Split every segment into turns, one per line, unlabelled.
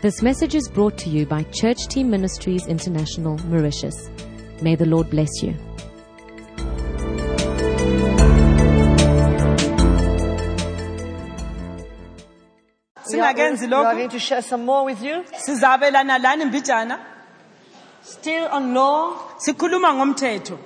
This message is brought to you by Church Team Ministries International, Mauritius. May the Lord bless you.
We are,
singakenzi
we are
lokhu
going to share some more with you.
sizabelana lani mbijana
Still on law.
sikhuluma ngomthetho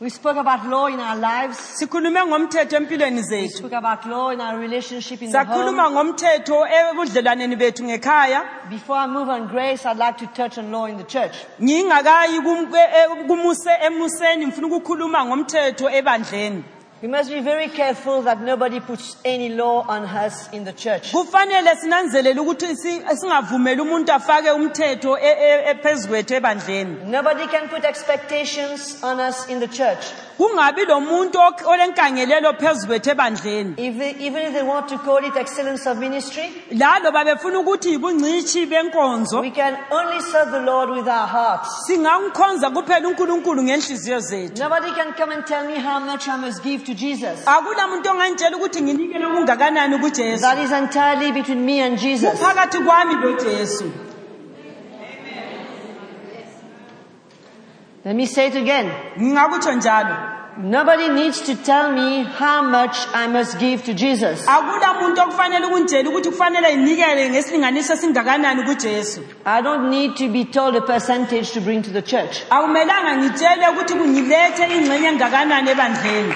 We spoke about law in our lives.
sikhulume ngomthetho empilweni
We
zethu
spoke about law in our relationship in the
sakhuluma
home.
ngomthetho ebudlelwaneni bethu ngekhaya
Before I move on grace, I'd like to touch on law in the church.
ngingakayi kum- e- e- kumuse emuseni ngifuna ukukhuluma ngomthetho ebandleni
We must be very careful that nobody puts any law on us in the church.
kufanele sinanzelele ukuthi si- singavumeli umuntu afake umthetho e- e- ephezu kwethu ebandleni
Nobody can put expectations on us in the church.
kungabi lo muntu ok- olenkangelelo phezu kwethu ebandleni
If they, even if they want to call it excellence of ministry,
laloba befuna ukuthi yibungcitshi benkonzo
we can only serve the Lord with our hearts.
singamkhonza kuphela uNkulunkulu ngenhliziyo zethu
Nobody can come and tell me how much I must give to Jesus.
akula muntu ongangitshela ukuthi nginikele kungakanani kuJesu
That is entirely between me and Jesus.
phakathi kwami loJesu
Let me say it again.
ngingakutsho njalo
Nobody needs to tell me how much I must give to Jesus.
akula muntu okufanele ukungitshela ukuthi kufanele nginikele ngesilinganiso esingakanani kuJesu
I don't need to be told a percentage to bring to the church.
awumelanga ngitshele ukuthi ngilethe ingxenye engakanani ebandleni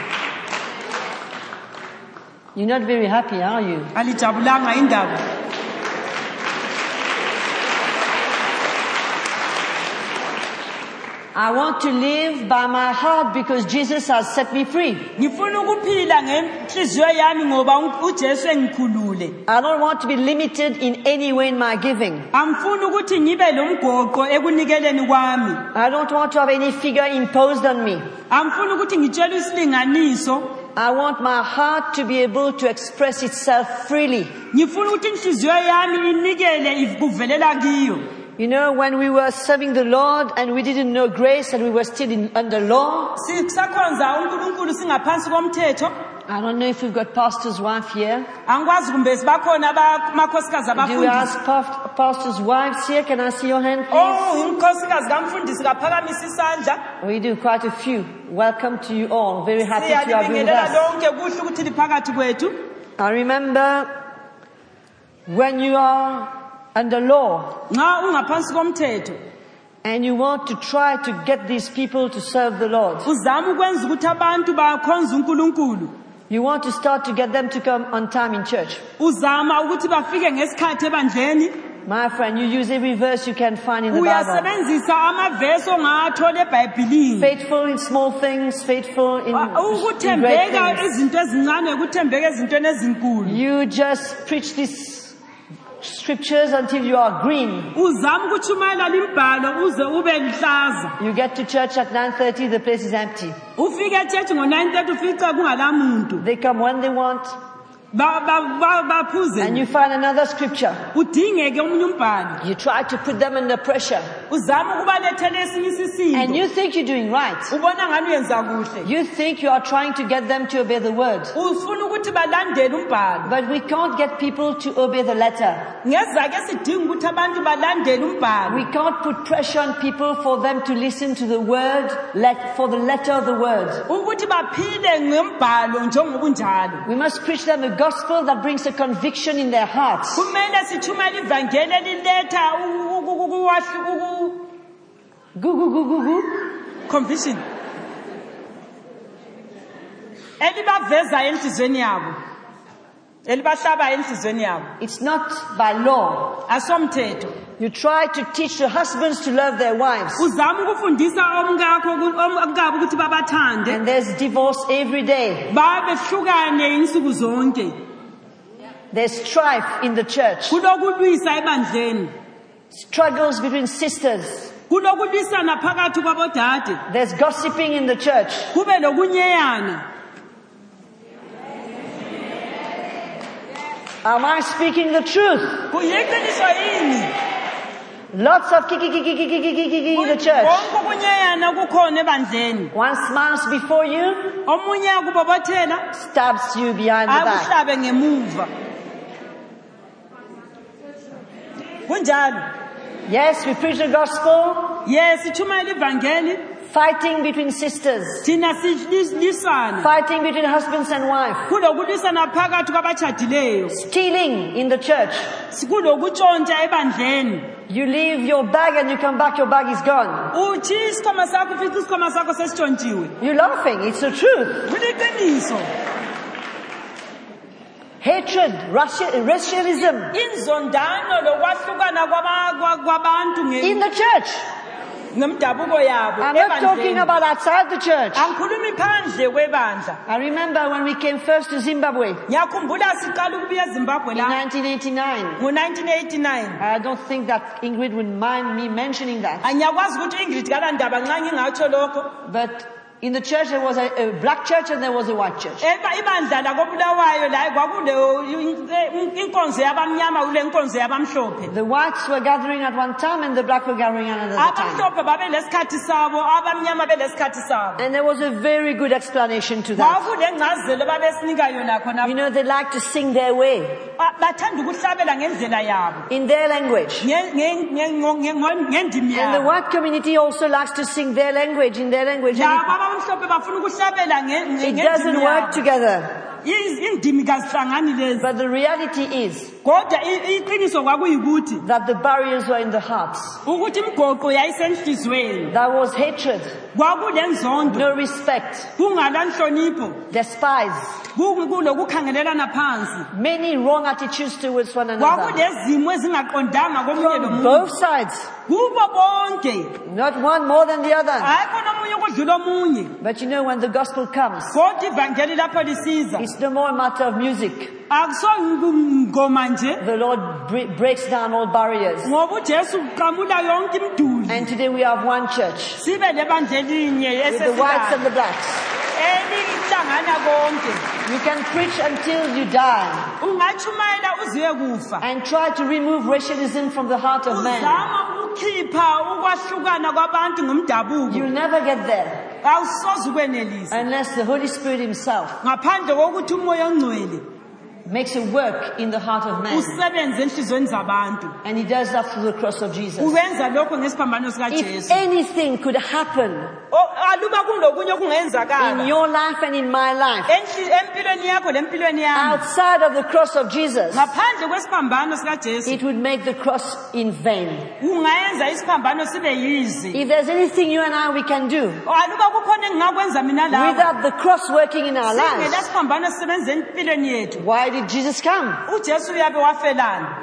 You're not very happy, are you?
alijabulanga indaba
I want to live by my heart because Jesus has set me free.
ngifuna ukuphila ngenhliziyo yami ngoba u- uJesu engikhulule
I don't want to be limited in any way in my giving.
angifuni ukuthi ngibe lomgoqo ekunikeleni kwami
I don't want to have any figure imposed on me.
angifuni ukuthi ngitshelwe isilinganiso
I want my heart to be able to express itself freely.
ngifuna ukuthi inhliziyo yami inikele if- kuvelela kiyo
You know, when we were serving the Lord and we didn't know grace and we were still in, under law,
sisakhonza unkulunkulu singaphansi komthetho
I don't know if we've got pastor's wife here.
angikwazi kumbe sibakhona aba- amakhosikazi
Do we
abafundisi
ask pa- pastor's wives here? Can I see your hand, please?
Oh, umkhosikazi kamfundisi kaphakamisa isandla
We do quite a few. Welcome to you all. Very happy you are with
siyalibingelela
us.
lonke kuhle ukuthi liphakathi kwethu
I remember when you are under law
nxa ungaphansi komthetho
and you want to try to get these people to serve the Lord.
uzama ukwenza ukuthi abantu bakhonze unkulunkulu
You want to start to get them to come on time in church.
uzama ukuthi bafike ngesikhathi ebandleni
My friend, you use every verse you can find in the Bible.
uyasebenzisa amavesi ongathola ebhayibhilini
Faithful in small things, faithful in,
Ah, oh,
in great
ukuthembeka
Ah, oh, things.
izinto ezincane ukuthembeka ezintweni ezinkulu
You just preach these scriptures until you are green.
uzama ukutshumayela limbhalo uze ube lihlaza
You get to church at 9.30, the place is empty.
ufike etshetshi ngo-930 ufice kungala muntu
They come when they want,
Ba- ba- ba-
and
baphuze
you find another scripture.
udingeke omunye umbhalo
You try to put them under pressure,
uzama ukubalethela esinye
and
isisindo
you think you're doing right.
ubona ngani uyenza kuhle
You think you are trying to get them to obey the word.
ufuna ukuthi balandele umbhalo
But we can't get people to obey the letter.
ngezake sidinga ukuthi abantu balandele umbhalo
We can't put pressure on people for them to listen to the word, let, for the letter of the word.
ukuthi baphile ngembhalo njengobunjalo
We must preach them a gospel that brings a conviction in their hearts.
kumele sithumayele ivangeli eliletha u- u- u- ukuwahlu uku-
Goo, goo, goo, goo, goo.
conviction elibaveza enhlizweni yabo elibahlaba enhlizweni yabo
It's not by law.
asomthetho
You try to teach the husbands to love their wives.
uzama ukufundisa omkakho oku- omkabo ukuthi babathande
And there's divorce every day.
babehlukane insuku zonke
There's strife in the church.
kulokulwisa ebandleni
Struggles between sisters.
kulokulwisana phakathi kwabodade
There's gossiping in the church.
kube lokunyeyana
Am I speaking the truth?
kuyiqiniso yini
Lots of kiki kiki kiki kiki kiki in the church.
konke ukunyeyana kukhona ebandleni
One smiles before you,
omunye akubobothela
stabs you behind the back.
akuhlabe ngemuva kunjalo
Yes, we preach the gospel,
ye sithumayela ivangeli
fighting between sisters,
thina silwisana
fighting between husbands and wife,
kulokulwisana phakathi kwabatshadileyo
stealing in the church.
kulokuntshontsha ebandleni
You leave your bag and you come back, your bag is gone.
uthi isikhwama sakho ufica isikhwama sakho sesitshontshiwe
You're laughing, it's the truth.
kuliqiniso
Hatred, raci- racialism
inzondano lokwahlukana kwaba- kwa- kwabantu nge-
in the church.
ngemdabuko yabo
I'm not talking
ebandleni.
about outside the church.
angikhulumi phandle kwebandla
I remember when we came first to Zimbabwe in
ngiyakhumbula siqala ukubuya ezimbabwe la
1989.
ngo-1989
I don't think that Ingrid would mind me mentioning that.
angiyakwazi ukuthi u-ingrid kalandaba nxa ngingatsho lokho
But in the church there was a, a black church and there was a white church.
Eba- ibandla lakobulawayo la kwakule inkonzo yabamnyama kule nkonzo yabamhlophe
The whites were gathering at one time and the black were gathering at another time.
abamhlophe babelesikhathi sabo abamnyama belesikhathi sabo
And there was a very good explanation to that.
kwakunengcazelo babesinika yona khona
You know, they like to sing their way
Ba- bathanda ukuhlabela ngendlela yabo
in their language.
Nge- nge- nge- ngo- nge- ngo- ngendimi
And the
yabo
white community also likes to sing their language in their language.
labo
And
abamhlophe bafuna ukuhlabela nge- nge-
it, it
ngendimi
doesn't work
yabo
together.
Iz- indimi kazihlangani lezi
But the reality is
kodwa i- iqiniso kwakuyikuthi
that the barriers were in the hearts.
ukuthi imgoqo yayisenhliziyweni
There was hatred,
kwakule nzondo
no respect,
kungala nhlonipho
despise,
ku- kulokukhangelelana phansi
many wrong attitudes towards one another.
kwakulezimo ezingaqondanga komunye nomunye
Both sides,
kubo bonke
not one more than the other.
hayi khona omunye okudlula omunye
But you know, when the gospel comes,
kodwa ivangeli lapho lisiza
it's no more a matter of music.
akusongoma nje
The Lord bre- breaks down all barriers.
ngoba ujesu uqamula yonke imiduli
And today we have one church
sibe lebandlelinye
with the whites and
esesilayo
the blacks.
elihlangana konke
You can preach until you die
ungatshumayela uziye kufa
and try to remove racialism from the heart of man.
uzama ukukhipha ukwahlukana kwabantu ngomdabuko
You'll never get there
awusoze ukwenelisa
unless the Holy Spirit Himself
ngaphandle kokuthi umoya ongcwele
makes a work in the heart of man.
usebenze enhliziyweni zabantu
And he does that through the cross of Jesus.
uwenza lokho ngesiphambano
If
sikajesu
anything could happen
O- aluba kulokunye
in
okungenzakala
your life and in my life
enhli- empilweni yakho lempilweni yami
outside of the cross of Jesus,
ngaphandle kwesiphambano sikajesu
it would make the cross in vain.
ungayenza isiphambano sibe yize
If there's anything you and I we can do
aluba kukhona engingakwenza mina lapho
without the cross working in our
singela
lives,
siphambano sisebenza empilweni yethu
why did Jesus come?
ujesu uyabe wafelana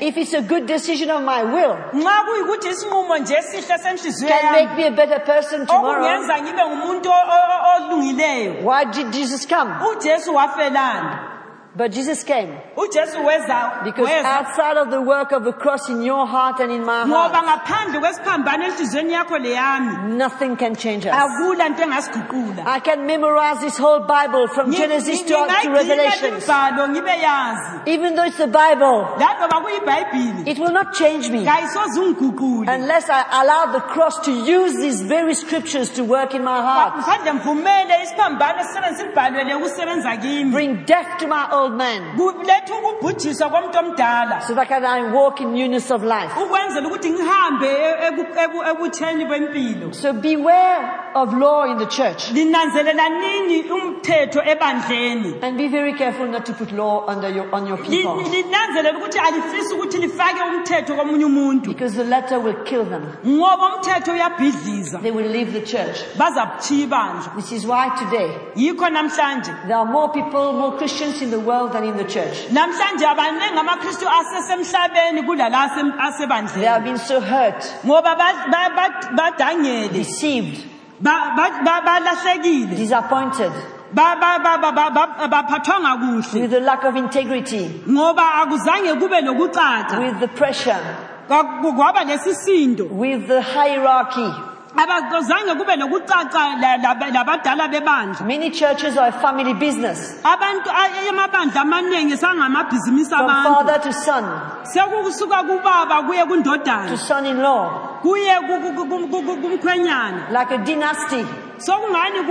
If it's a good decision of my will,
nxa kuyikuthi isinqumo nje esihle senhliziyo
can make
yami
me a better
Oh,
person tomorrow,
okungenza ngibe ngumuntu o- o- o- olungileyo
why did Jesus come?
ujesu wafelana
But Jesus came
ujesu weza
because
weza
outside of the work of the cross in your heart and in my
ngoba
heart,
ngaphandle kwesiphambano enhliziyweni yakho leyami
nothing can change us.
akula nto engasiguqula
I can memorize this whole Bible from
Ngi-
Genesis to, to
ngingayigcina
Revelation.
limbhalo ngibe yazi
Even though it's the Bible,
laloba kuyibhayibhili
it will not change me
kayisoze ungiguqule
unless I allow the cross to use these very scriptures to work in my heart.
mfande mvumele isiphambano sisebenzisa ilibhalwele ukusebenza kimi
Bring death to my old man
kuletha ukubhujiswa komuntu omdala
so that I can walk in newness of life.
ukwenzela ukuthi ngihambe e- eku- eku- ebutheni bempilo
So beware of law in the church
linanzelela nini umthetho ebandleni
and be very careful not to put law under your, on your
Li-
people
linanzelele ukuthi alifisi ukuthi lifake umthetho komunye umuntu
because the letter will kill them.
ngoba umthetho uyabhidliza
They will leave the church.
bazabuthiya ibandla
This is why today
yikho namhlanje
there are more people, more Christians in the world than in the church.
namhlanje abaningi amakristu asesemhlabeni kulala asem-
They have
asebandleni
been so hurt,
ngoba ba- ba- ba- badangele
deceived,
ba- ba- ba- balahlekile
disappointed
ba- ba- ba- ba- ba- ba- baphathwanga kuhle
with the lack of integrity,
ngoba akuzange kube nokucaca
with the pressure,
Kwaku- kwaba lesisindo
with the hierarchy.
abazange kube nokucaca la- la- labadala bebandla
Many churches are a family business,
abantu a- amabandla amaningi sangamabhizinisi
from
abantu
father to son,
sekusuka kubaba kuye
to
kundodana
son-in-law,
kuye ku- ku- ku- ku- ku- ku- kumkhwenyana
like a dynasty.
sokungani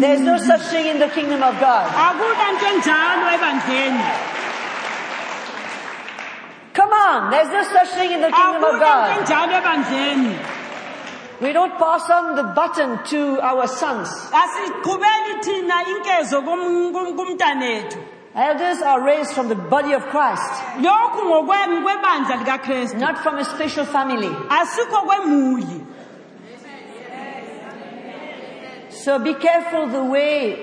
There's no
kungokwengini
such thing in the kingdom of God.
akula nto enjalo ebandleni
Come on. There's no such thing in the kingdom of
akula
God.
kanjalo ebandleni
We don't pass on the button to our sons.
asiqhubeli thina inkezo kum- kum- kumntanethu
Elders are raised from the body of Christ,
lokhu ngokwem- kwebandla likakristu
not from a special family.
asikho kwemuli
So be careful the way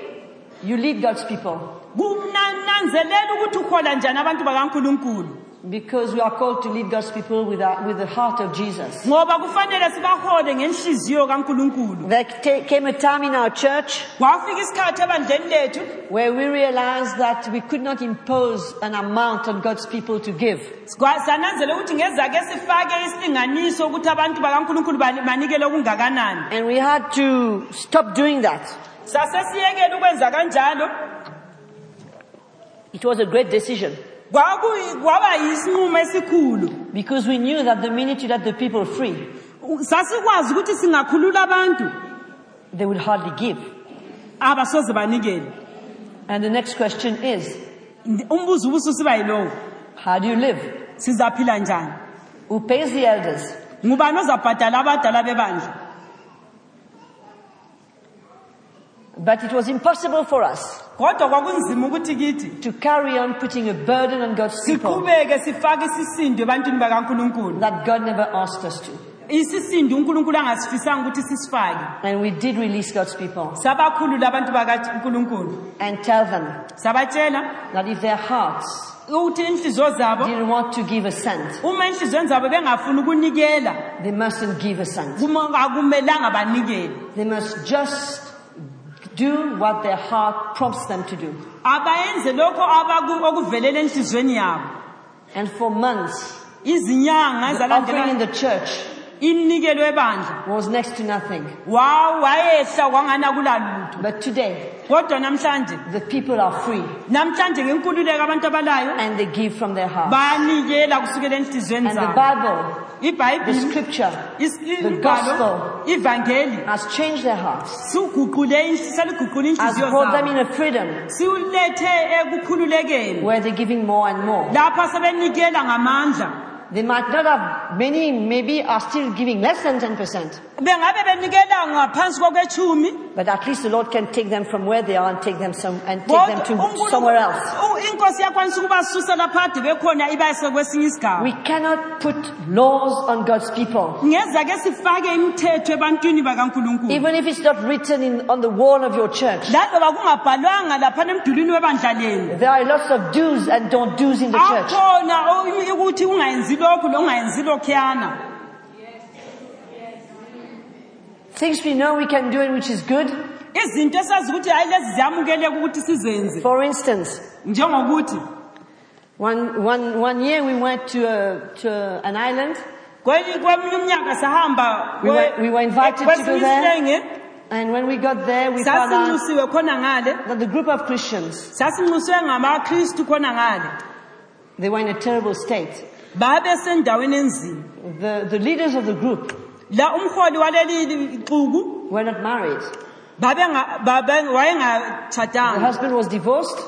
you lead God's people,
kunanzelela ukuthi uhola njani abantu bakankulunkulu
because we are called to lead God's people with, our, with the heart of Jesus.
ngoba kufanele sibahole ngenhliziyo kankulunkulu
There ta- came a time in our church
kwafika isikhathi ebandleni lethu
where we realized that we could not impose an amount on God's people to give.
sikwa- sananzela ukuthi ngezake sifake isilinganiso ukuthi abantu bakankulunkulu bani- banikele okungakanani
And we had to stop doing that.
sasesiyekele ukwenza kanjalo
It was a great decision
kwakuyi- kwaba yisinqumo esikhulu
because we knew that the minute you let the people free,
U- sasikwazi ukuthi singakhulula abantu
they would hardly give.
abasoze banikele
And the next question is,
Ndi- umbuzo ubususiba yilowo
how do you live?
sizaphila njani
Who pays the elders?
ngubani ozabhadala abadala bebandla
But it was impossible for us
kodwa kwakunzima ukuthi kithi
to carry on putting a burden on God's people
siqhubeke sifake isisindo ebantwini bakankulunkulu
that God never asked us to.
isisindo unkulunkulu angasifisanga ukuthi sisifake
And we did release God's people
sabakhulula abantu bakankulunkulu
and tell them
sabatshela
that if their hearts
ukuthi inhliziyo zabo
didn't want to give a cent,
uma enhliziyweni zabo bengafuni ukunikela
they mustn't give a cent.
kuma- akumelanga banikele
They must just do what their heart prompts them to do.
abayenze lokho abaku- okuvelele enhliziyweni yabo
And for months,
izinyanga
the offering
zalandela
in the church
imnikelo ebandla
was next to nothing.
Wa- wayehla kwangani akulalutho
But today,
kodwa namhlanje
the people are free
namhlanje ngenkululeko abantu abalayo
and they give from their heart.
banikela kusukela enhliziyweni
And the
zabo
Bible, the
ibhayibhili
scripture,
is-
the gospel.
ibhalo ivangeli
has changed their hearts,
suguqule saliguqula
has
inhliziyo
brought them
zabo
in a freedom
siwulethe ekukhululekeni
where they're giving more and more.
lapha sebenikela ngamandla
They might not have, many maybe are still giving less than 10%,
bengabe benikela ngaphansi kokwethumi
but at least the Lord can take them from where they are and take them some, and take
kodwa
them to
uNkulunkulu-
somewhere else.
u- inkosi iyakwanisa ukubasusa laphade bekhona ibase kwesinye isigaba
We cannot put laws on God's people.
ngeza ke sifake imithetho ebantwini bakankulunkulu
Even if it's not written in, on the wall of your church,
laloba kungabhalwanga laphana emdulini webandla lenu
there are lots of do's and don't do's in the church.
akhona o- ukuthi ungayenzi lokhu longayenzi lokhuyana
Things we know we can do and which is good.
izinto esazi ukuthi hayi lezi ziyamukeleka ukuthi sizenze
For instance,
njengokuthi
one, one, one year we went to, a, to a- an island
kwenye- kweminye umnyaka sahamba
We were- we were invited to go
kwesinye
there.
isilenge
And when we got there, we found out
sasinxusiwe khona ngale
that the group of Christians,
sasinxusiwe ngamakristu khona ngale
they were in a terrible state.
babe sendaweni enzima
The, the leaders of the group
la umholi waleli xuku
were not married.
babenga- babe-
The
wayengatshadanga
husband was divorced.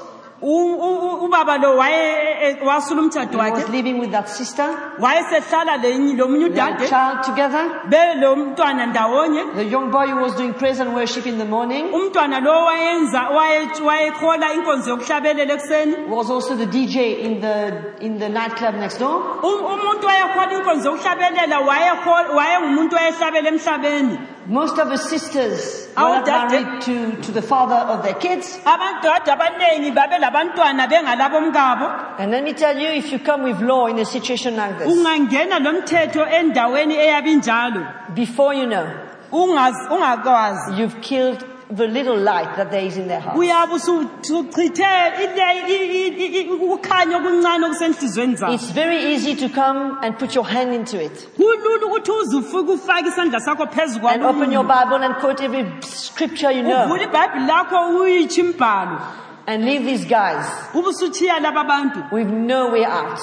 U- u- u- ubaba lo waye- e- e- wasula
He
umtshato
was
wakhe
living with that sister.
wayesehlala lenye- lo munye
They had a
udade
child together.
belo mntwana ndawonye
The young boy who was doing praise and worship in the morning
umntwana lo wayenza waye- wayekhola inkonzo yokuhlabelela ekuseni
was also the DJ in the, in the nightclub next door.
Um- umuntu wayekhola inkonzo yokuhlabelela wayekho- wayengumuntu owayehlabela emhlabeni
Most of the sisters were
Our
not
daddy-
married to, to the father of their kids.
abadade abaningi babelabantwana bengalabomkabo
And let me tell you, if you come with law in a situation like this,
ungangena lo mthetho endaweni eyabinjalo
before you know,
Ungazi- ungakwazi
You've killed the little light that there is in their heart.
uyabe usu- usuchithe ile- i- i- i- ukukhanya okuncane okusenhliziyweni zakho
It's very easy to come and put your hand into it
kulula ukuthi uze ufike ufake isandla sakho phezu
and open your
kwavule
Bible and quote every scripture you know
ibhayibhili lakho uyitsho imbhalo
and leave these guys
ubusuthiya laba bantu
with no way out.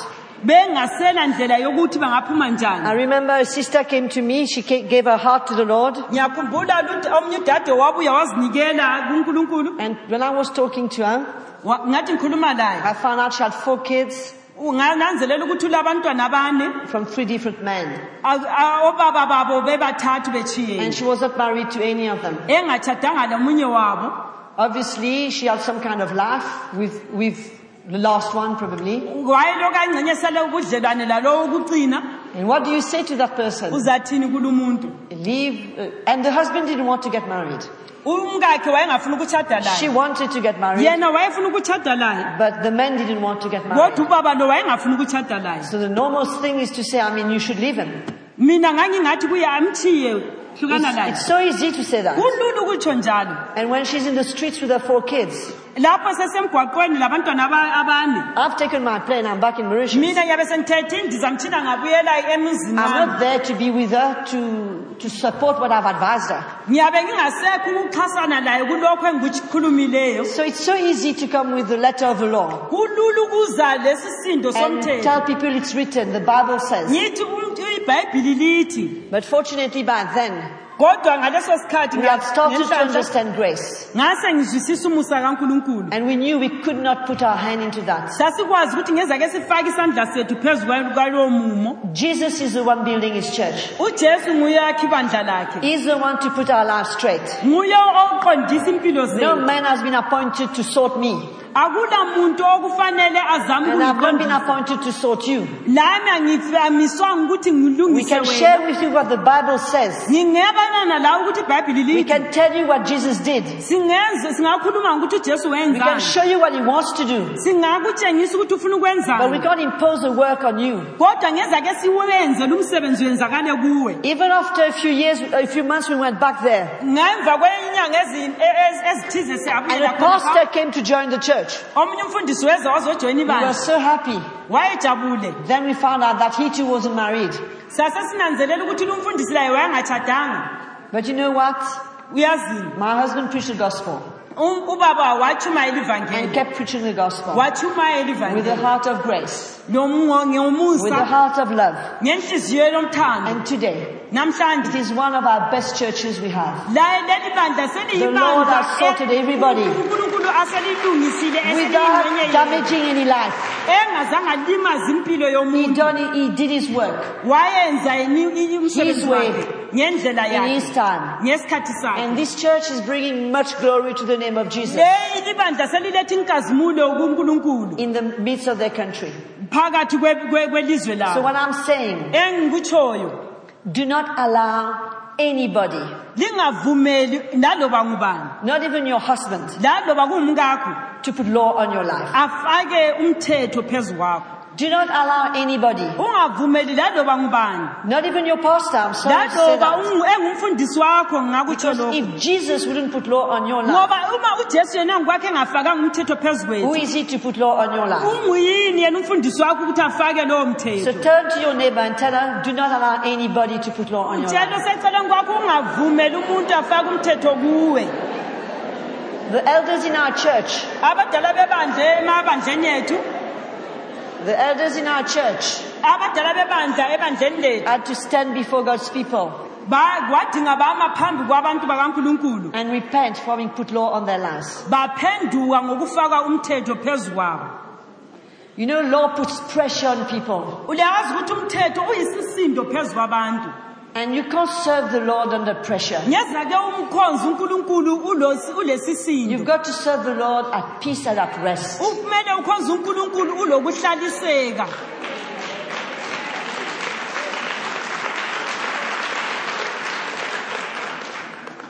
bengasela ndlela yokuthi bangaphuma
I
njani
remember a sister came to me, she ca- gave her heart to the Lord,
ngiyakhumbula lu- omunye udade wabuya wazinikela kunkulunkulu
and when I was talking to her,
Wa- ngathi ngikhuluma laye
I found out she had four kids
ungananzelela ukuthi ulabantwana abane
from three different men.
a- a- obaba babo bebathathu
And
betshiyene
she was not married to any of them.
engatshadanga lomunye wabo
Obviously, she had some kind of laugh with, with the last one probably.
wayelokangcenyesele ubudlelwane lalowo ukucina
And what do you say to that person?
uzathini kulumuntu
Leave. uh, and the husband didn't want to get married.
umkakhe wayengafuna ukutshada
She
laye
wanted to get married,
yena wayefuna ukutshada laye
but the men didn't want to get married.
kodwa ubaba lo wayengafuna ukutshada laye
So the normal thing is to say, I mean, you should leave him.
mina ngangingathi kuye amthiye hlukana
It's,
laye
it's so easy to say that.
kulula ukutsho njalo
And when she's in the streets with her four kids,
lapho sesemgwaqweni labantwana aba- abane
I've taken my plane, I'm back in Mauritius.
mina ngiyabe sengithethe indiza ngithina ngabuyela emzini
I'm
wami
not there to be with her to, to support what I've advised her.
ngiyabe ngingasekho ukuxhasana laye kulokho engikukhulumileyo
So it's so easy to come with the letter of the law
kulula ukuza lesi sindo
and
somthetho
tell people it's written, the Bible says.
ngithi um- ibhayibhili lithi
But fortunately by then,
kodwa ngaleso sikhathi
we
ngiya-
had started to
ngenhlanhla
understand grace.
ngase ngizwisisa umusa kankulunkulu
And we knew we could not put our hand into that.
sasikwazi ukuthi ngezake sifake isandla sethu phezu kwa- kwalowo mumo
Jesus is the one building his church.
ujesu nguye akha ibandla lakhe
He's the one to put our lives straight.
nguye oqondisa impilo
No
zethu
man has been appointed to sort me.
akula muntu okufanele azame
And I've not been
ukuyiqondisa
appointed to sort you.
lami angifamiswanga ukuthi
We
ngilungise
can
wena
share with you what the Bible says.
ngingebanana la ukuthi ibhayibhili
We
lithi
can tell you what Jesus did.
singenze singakhuluma ngokuthi ujesu
We can
wenzani
show you what he wants to do.
singakutshengisa ukuthi ufuna
But we
ukwenzani
can't impose the work on you.
kodwa ngezake siwenzele umsebenzi wenzakale kuwe
Even after a few years, a few months we went back there.
ngemva kweinyanga ezi- e- ez- ezithize
And
siyabuyela
a
khona
pastor came to join the church.
pha- omunye umfundisi weza wazojoyina
We were
ibandla
so happy.
wayejabule
Then we found out that he too wasn't married.
sasesinanzelela ukuthi lo mfundisi laye wayengatshadanga
But you know what?
uyazini
My husband preached the gospel
Um- ubaba watshumayela
and
ivangeli
kept preaching the gospel
watshumayela
with a
ivangeli
heart of grace,
Ngomu-
with a
ngomusa
heart of love.
ngenhliziyo elomthando
And today,
namhlanje
it is one of our best churches we have.
la- leli bandla
The Lord has sorted everybody.
unkulunkulu aselilungisile
Without
eseliyingxenye
damaging any life,
engazange alimazi impilo
he,
yomuntu
done, he did his work
wayenza ini- ini- umsebenzi
His way.
wakhe ngendlela
in his
yakhe
time.
ngesikhathi sakhe
And this church is bringing much glory to the name of Jesus
leli libandla seliletha inkazimulo kunkulunkulu
in the midst of their country.
phakathi kwe- kwe- kwelizwe
So
labo
what I'm saying,
engikutshoyo
do not allow anybody,
lingavumeli laloba ngubani
not even your husband,
laloba kungumkakho
to put law on your life.
afake umthetho phezu kwakho
Do not allow anybody,
ungavumeli laloba ngubani
not even your pastor, I'm sorry to say
laloba
that.
ungu- engumfundisi wakho ngakutsho
Because
lokho
if Jesus wouldn't put law on your life,
ngoba uma ujesu yena ngokwakhe engafakanga umthetho phezu
who
kwethu
is he to put law on your life?
unguyini yena umfundisi wakho ukuthi afake lowo
So
mthetho
turn to your neighbor and tell her, do not allow anybody to put law on your
njalo
life.
seceleni kwakho ungavumeli umuntu afake umthetho kuwe
The elders in our church,
abadala bebandle emabandleni ethu
the elders in our church
abadala bebandla ebandleni lethu
had to stand before God's people.
ba- kwadinga bama phambi kwabantu bakankulunkulu
and repent for having put law on their lives.
baphenduka ngokufaka umthetho phezu kwabo
You know, law puts pressure on people,
uliyazi ukuthi umthetho uyisisindo phezu kwabantu
and you can't serve the Lord under pressure.
ngezake umkhonzi unkulunkulu ulosi-
You've
ulesisindo
got to serve the Lord at peace and at rest.
kumele ukhonze unkulunkulu ulokuhlaliseka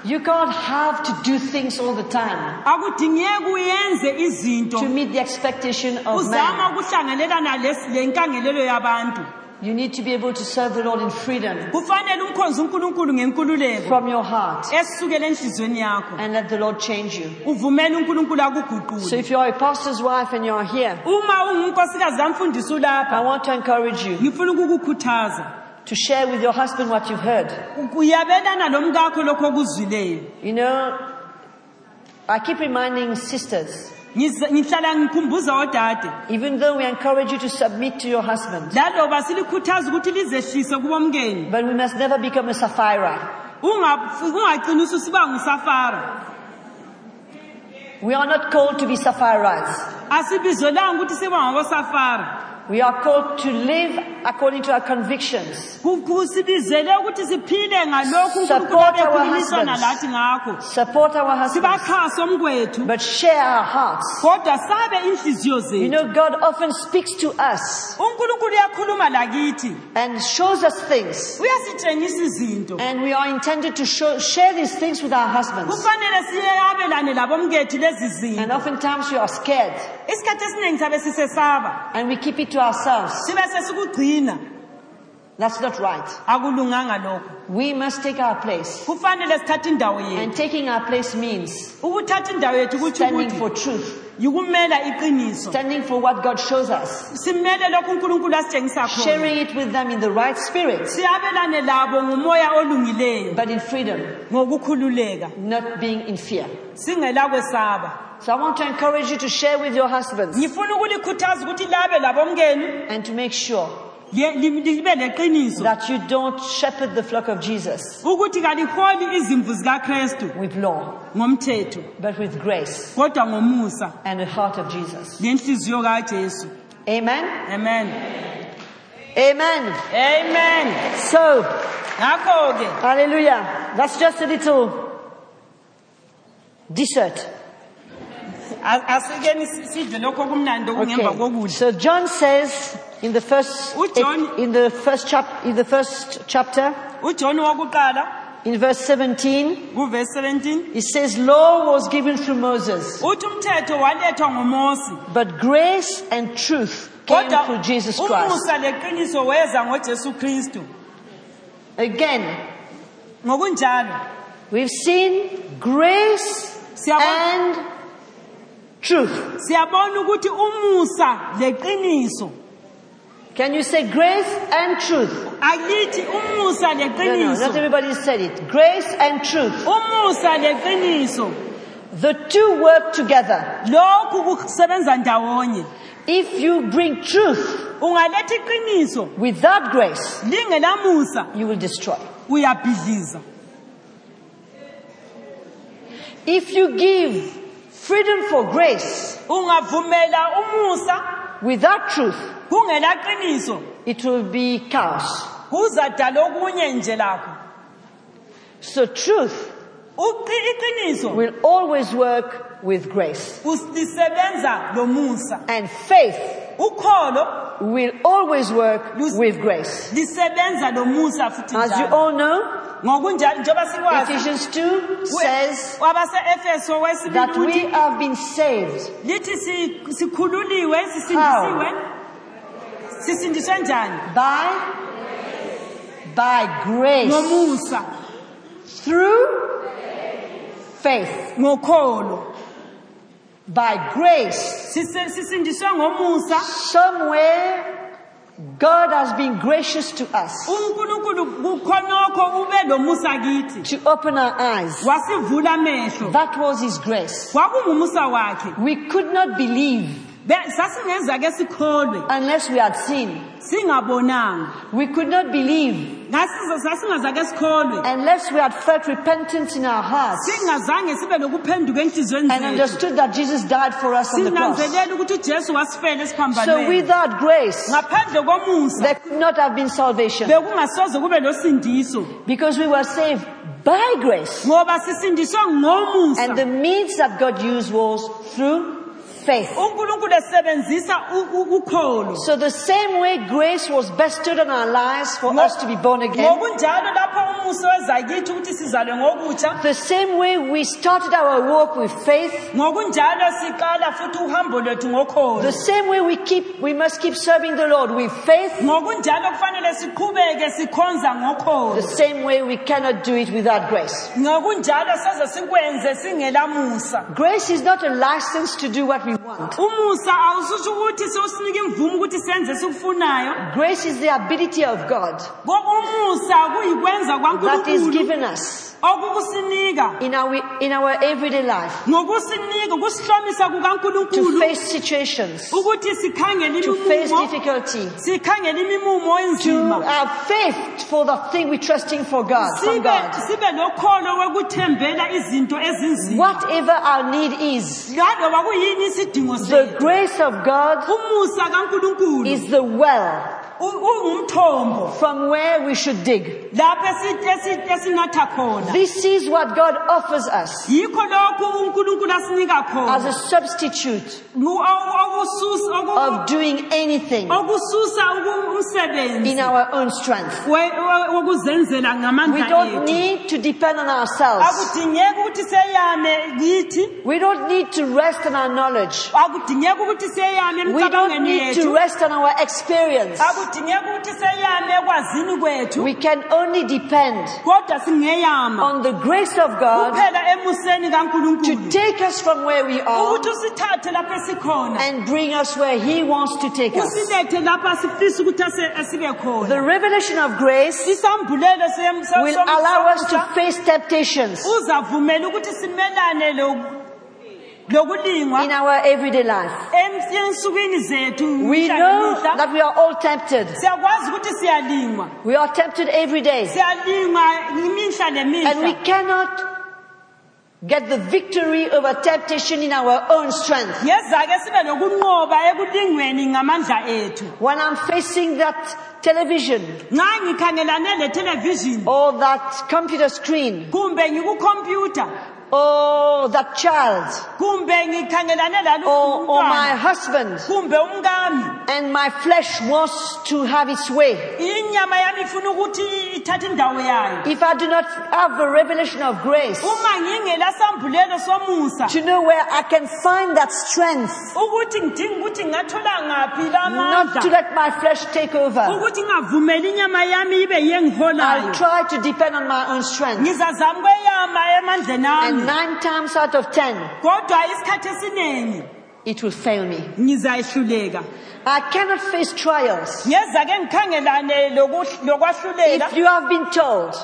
You can't have to do things all the time
akudingeki uyenze izinto
to meet the expectation of
uzama
man.
ukuhlanganelana les- lenkangelelo yabantu
You need to be able to serve the Lord in freedom
kufanele umkhonze unkulunkulu ngenkululeko
from your heart
esukele enhliziyweni yakho
and let the Lord change you.
uvumele unkulunkulu
So
akuguqule
if you're a pastor's wife and you're here,
uma ungunkosikazi kamfundisi ulapha
I want to encourage you
ngifuna ukukukhuthaza
to share with your husband what you've heard.
uyabelana lomkakho lokho okuzwileyo
You know, I keep reminding sisters
Ngiz- ngihlala ngikhumbuza odade
Even though we encourage you to submit to your husband,
laloba silikhuthaza ukuthi lizehlise kubomkeni
but we must never become a Sapphira.
ungaqinisa usiba ngusafara
We are not called to be Sapphirites.
asibizelanga ukuthi siba ngabosafara
We are called to live according to our convictions.
Ku- kusibizele ukuthi siphile ngalokhu
Support
unkulunkulu
our
abekhulumisana
husbands.
lathi ngakho
Support our husbands,
sibaxhase omkwethu
but share our hearts.
kodwa sabe inhliziyo
You
zethu
know, God often speaks to us
unkulunkulu uyakhuluma lakithi
and shows us things.
uyasitshengisa izinto
And we are intended to show, share these things with our husbands.
kufanele siyabelane labomkethu lezi zinto
And oftentimes we are scared
isikhathi esiningi sabe sisesaba
and we keep it to ourselves.
sibe sesikugcina
That's not right.
akulunganga lokho
We must take our place.
kufanele sithathe indawo yethu
And taking our place means
ukuthatha indawo yethu kutsho
standing
ukuthi
for truth,
yikumela iqiniso
standing for what God shows us,
simele lokho unkulunkulu asitshengisa khona
sharing it with them in the right spirit,
siyabelane labo ngomoya olungileyo
but in freedom,
ngokukhululeka
not being in fear.
singelakwesaba
So I want to encourage you to share with your husbands
ngifuna ukulikhuthaza ukuthi labe labomkenu
and to make sure
ye- li- libe leqiniso
that you don't shepherd the flock of Jesus
ukuthi kaliholi izimvu zikakrestu
with law,
ngomthetho
but with grace
kodwa ngomusa
and the heart of Jesus.
ngenhliziyo kajesu
Amen.
amen
Amen.
amen
So,
ngakho-ke
hallelujah. That's just a little dessert.
a- asikeni si- sidle lokho kumnandi okungemva kokudla
So John says in the first
Which John?
in the first chap in the first chapter
ujohn wokuqala
in verse 17
kuvesi 17
he says law was given through Moses
uthi umthetho walethwa ngumosi
but grace and truth came through Jesus Christ.
umusa leqiniso weza ngojesu kristu
Again,
ngokunjalo
we've seen grace
siyabona
and truth.
siyabona ukuthi umusa leqiniso
Can you say grace and truth?
akithi umusa
No, no, not
leqiniso
everybody said it. Grace and truth.
umusa leqiniso
The two work together.
lokhu kusebenza ndawonye
If you bring truth
ungaletha iqiniso
without grace,
lingelamusa
you will destroy.
uyabhidliza
If you give freedom for grace
ungavumela umusa
without truth,
kungelaqiniso
it will be chaos.
kuzadala okunye nje lakho
So truth
Uqi- iqiniso
will always work with grace.
us- lisebenza lomusa
And faith
ukholo
will always work
Lus-
with grace.
lisebenza lomusa futhi
As you
njalo.
all know,
ngokunjalo njengoba sikwazi
Ephesians 2 says
wabase-efeso
that we
wesibili
have been saved.
lithi si- sikhululiwe sisindisiwe sisindiswe njani
By? By grace.
ngomusa
Through faith.
ngokholo
By grace.
Sise- sisindiswe ngomusa
Somewhere, God has been gracious to us.
unkulunkulu kukhonokho ube lomusa kithi
to open our eyes.
wasivula amehlo
That was His grace.
kwakungumusa wakhe
We could not believe
Be- sasingeza ke sikholwe
unless we had seen.
singabonanga
We could not believe
Ngasiza- sasingaza ke sikholwe
unless we had felt repentance in our hearts
singazange sibe lokuphenduka enhliziyweni
and
zethu
understood that Jesus died for us on the cross.
sinanzelele ukuthi ujesu wasifela
So
esiphambanweni
without grace,
ngaphandle komusa
there could not have been salvation
bekungasoze kube losindiso
because we were saved by grace.
ngoba sisindiswe
And the
ngomusa
means that God used was through faith.
unkulunkulu esebenzisa u- u- ukholo
So the same way grace was bestowed on our lives for us to be born again,
ngokunjalo lapho umusa wezakithi ukuthi sizalwe ngokutsha
The same way we started our walk with faith,
ngokunjalo siqala futhi uhambo lwethu
the
ngokholo
same way we keep we must keep serving the Lord with faith,
ngokunjalo kufanele siqhubeke sikhonza
the
ngokholo
same way we cannot do it without grace.
ngokunjalo soze sikwenze singelamusa
Grace is not a license to do what we want.
umusa awusutsho ukuthi siwusinike imvumo ukuthi senze sikufunayo
Grace is the ability of God
Ko- umusa kuyikwenza
that is
kwankulunkulu
given us
okukusinika
in our, in our everyday life
ngokusinika ukusihlomisa
to
kukankulunkulu
face situations,
ukuthi sikhangele
to face
imimumo
difficulty,
sikhangele imimumo
to
enzima
have faith for the thing we're trusting for God, from
sibe
God.
sibe lokholo wokuthembela izinto ezinzima
Whatever our need is,
ngaloba kuyini isidingo
the
sethu
grace of God
umusa kankulunkulu
is the well
u- ungumthombo
from where we should dig.
lapho esi- esi- esinatha khona
This is what God offers us
yikho lokhu unkulunkulu asinika
as
khona
a substitute
Mu- oku- okusus- oku-
of doing anything
okususa uku- umsebenzi
in our own strength.
we- we- wokuzenzela
We
ngamandla
don't
ethu.
need to depend on ourselves.
akudingeki ukuthi seyame kithi
We don't need to rest on our knowledge.
akudingeki ukuthi seyame
We don't
emicabangweni
need
yethu
to rest on our experience.
akudingeki ukuthi seyame ekwazini kwethu
We can only depend
kodwa singeyama
on the grace of Oh, God
kuphela emuseni
to
kankulunkulu
take us from where we are
ukuthi usithathe lapho esikhona
and bring us where He wants to take us.
usilethe lapho asifisa ukuthi ase- asibe khona
The revelation of grace
isambulelo
will allow us to face temptations
uzavumela ukuthi simelane lo- lokulingwa
in our everyday life.
em- ensukwini zethu
We
mihla
know
ngemihla.
that we are all tempted.
siyakwazi ukuthi siyalingwa
We are tempted every day.
siyalingwa imihla
And we
nemihla
cannot get the victory over temptation in our own strength.
ngeza ke sibe lokunqoba ekulingweni ngamandla ethu
When I'm facing that television
nxa ngikhangelane lethelevizhini
or that computer screen
kumbe ngikukhompyutha
or that child
kumbe ngikhangelane
or, or Oh, my
lalumntwana
husband
kumbe umkami
and my flesh wants to have its way.
inyama yami ifuna ukuthi ithathe indawo yayo
If I do not have a revelation of grace
uma ngingelasambulelo somusa
to know where I can find that strength
ukuthi ngidinga ukuthi ngathola ngaphi
not to
lamandla
let my flesh take over,
ukuthi ngavumeli inyama yami ibe
I'll
yengiholayo
try to depend on my own strength.
ngizazama ukweyama emandleni
And
ami
nine times out of ten,
kodwa isikhathi esiningi
it will fail me.
ngizayehluleka
I cannot face trials.
ngeza ke ngikhangelane loku- lokwahlulela
If you have been told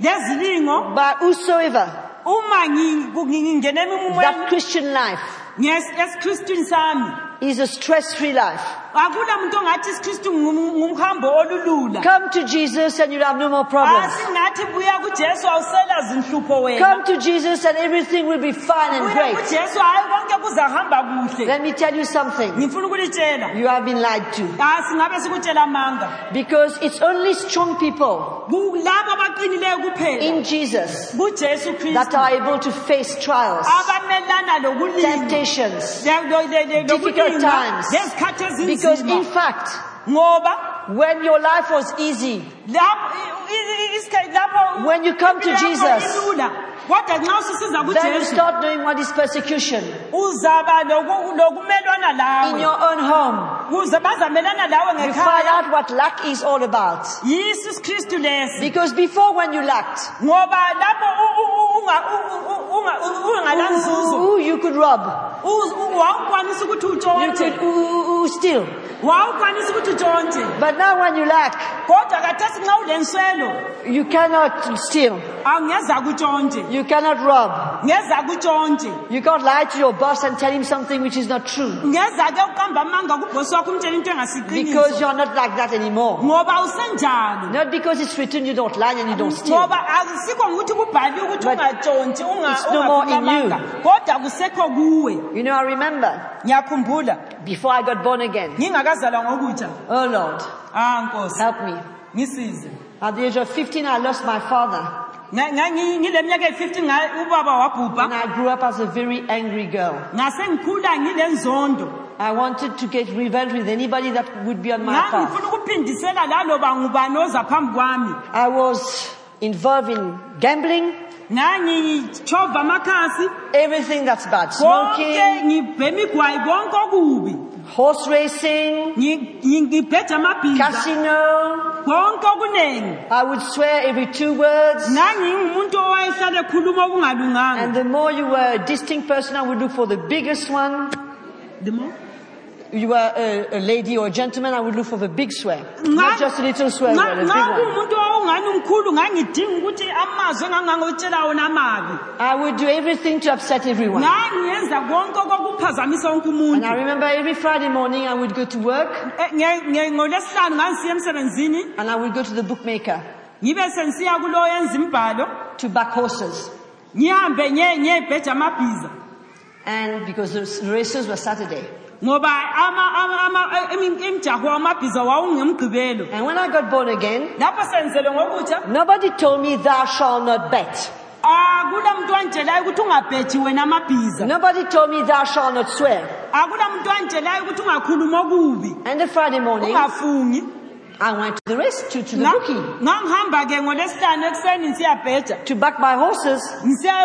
lezilingo
by whosoever
uma ngi- ku- ngi- ngingenela
that
umumweni
Christian life
esikristwini sami
is a stress-free life,
akula muntu ongathi isikristu ngum- ngumhambo olulula
come to Jesus and you'll have no more problems.
asingathi buya kujesu awusela zinhlupho wena
Come to Jesus and everything will be fine and
buya
great.
kujesu hayi konke kuzahamba kuhle
Let me tell you something.
ngifuna ukulitshela
You have been lied to.
Ah, singabe sikutshela amanga
Because it's only strong people
kulabo abaqinileyo kuphela
in Jesus
kujesu
that
kristu
are able to face trials,
abamelana lokulinga
temptations. Difficult times.
lezikhathi
Because in
ezinzima
fact,
ngoba
when your life was easy,
lapho i- i- i- isikhathi- lapho
when you come to
impilo yakho
Jesus,
ilula kodwa nxa ususiza
then you
kujesu
start knowing what is persecution
uzaba loku- lokumelwana
in
lawe
your own home.
kuze bazamelana lawe
You find
ngekhaya
out what lack is all about.
yiso isikristu lesi
Because before, when you lacked,
ngoba lapho u- u- u- unga- u- u- u- unga- u- ungalanzuzo
ooh, you could rob,
uz- u- wawukwanisa ukuthi
you could
utshontshe
ooh, ooh, ooh, steal.
wawukwanisa ukuthi utshontshe
But now, when you lack,
kodwa kathesi nxa ulenswelo
you cannot steal,
angeza kutshontshe
you cannot rob,
ngeza kutshontshe
you can't lie to your boss and tell him something which is not true.
ngeza ke uqamba amanga kubhosi wakho umtshela into engasiqiniso
Because you're not like that anymore.
ngoba usenjalo
Not because it's written you don't lie and you don't steal.
ngoba akusikho ngokuthi kubhaliwe ukuthi
But
ungatshontshi
it's no more in you.
ungaamanga kodwa kusekho kuwe
You know, I remember
ngiyakhumbula
before I got born again.
ngingakazalwa ngokutsha
Oh Lord,
ah nkosi
help me.
ngisize
At the age of 15, I lost my father
Nga- nga- ngi- ngile minyaka eyi-15 ubaba
and
wabhubha
I grew up as a very angry girl.
ngasengikhula ngile nzondo
I wanted to get revenge with anybody that would be on my path.
ngangifuna ukuphindisela laloba ngubani oza phambi kwami
I was involved in gambling,
ngangitshova amakhasi
everything that's bad.
konke
Smoking,
ngibhema igwayi konke okubi
horse racing,
Ngi- ngi- ngibheja amabhiza
casino.
konke okunengi
I would swear every two words.
nangingumuntu owayehlala ekhuluma okungalunganga
And the more you were a distinct person, I would look for the biggest one.
The more-
you were a, a lady or a gentleman, I would look for the big swear.
Nga-
Not just a little swear
nga-
word, a big
nga
one.
kuwumuntu owawungani umkhulu ngangidinga ukuthi amazwi engangangotshela wona amabi
I would do everything to upset everyone.
ngangenza konke okokuphazamisa wonke
And I
umuntu
remember every Friday morning I would go to work
Eh, nge- nge- ngolwesihlanu ngangisiya emsebenzini
and I would go to the bookmaker
ngibe sengisiya kulo oyenza imbhalo
to back horses.
ngihambe ngiye- ngiyebheja amabhiza
And because the races were Saturday.
ngoba ama- ama- ama- imi- imjaho wamabhiza wawungemgqibelo
And when I got born again,
lapho senzelwe ngokutsha
nobody told me thou shall not bet.
akula muntu anjelayo ukuthi ungabheji wena amabhiza
Nobody told me thou shall not swear.
akula muntu anjelayo ukuthi ungakhuluma okubi
And the Friday morning,
ungafungi
I went to the race, to, to the
Nga-
bookie,
ngangihamba ke ngolwesihlanu ekuseni ngisiyabheja
to back my horses.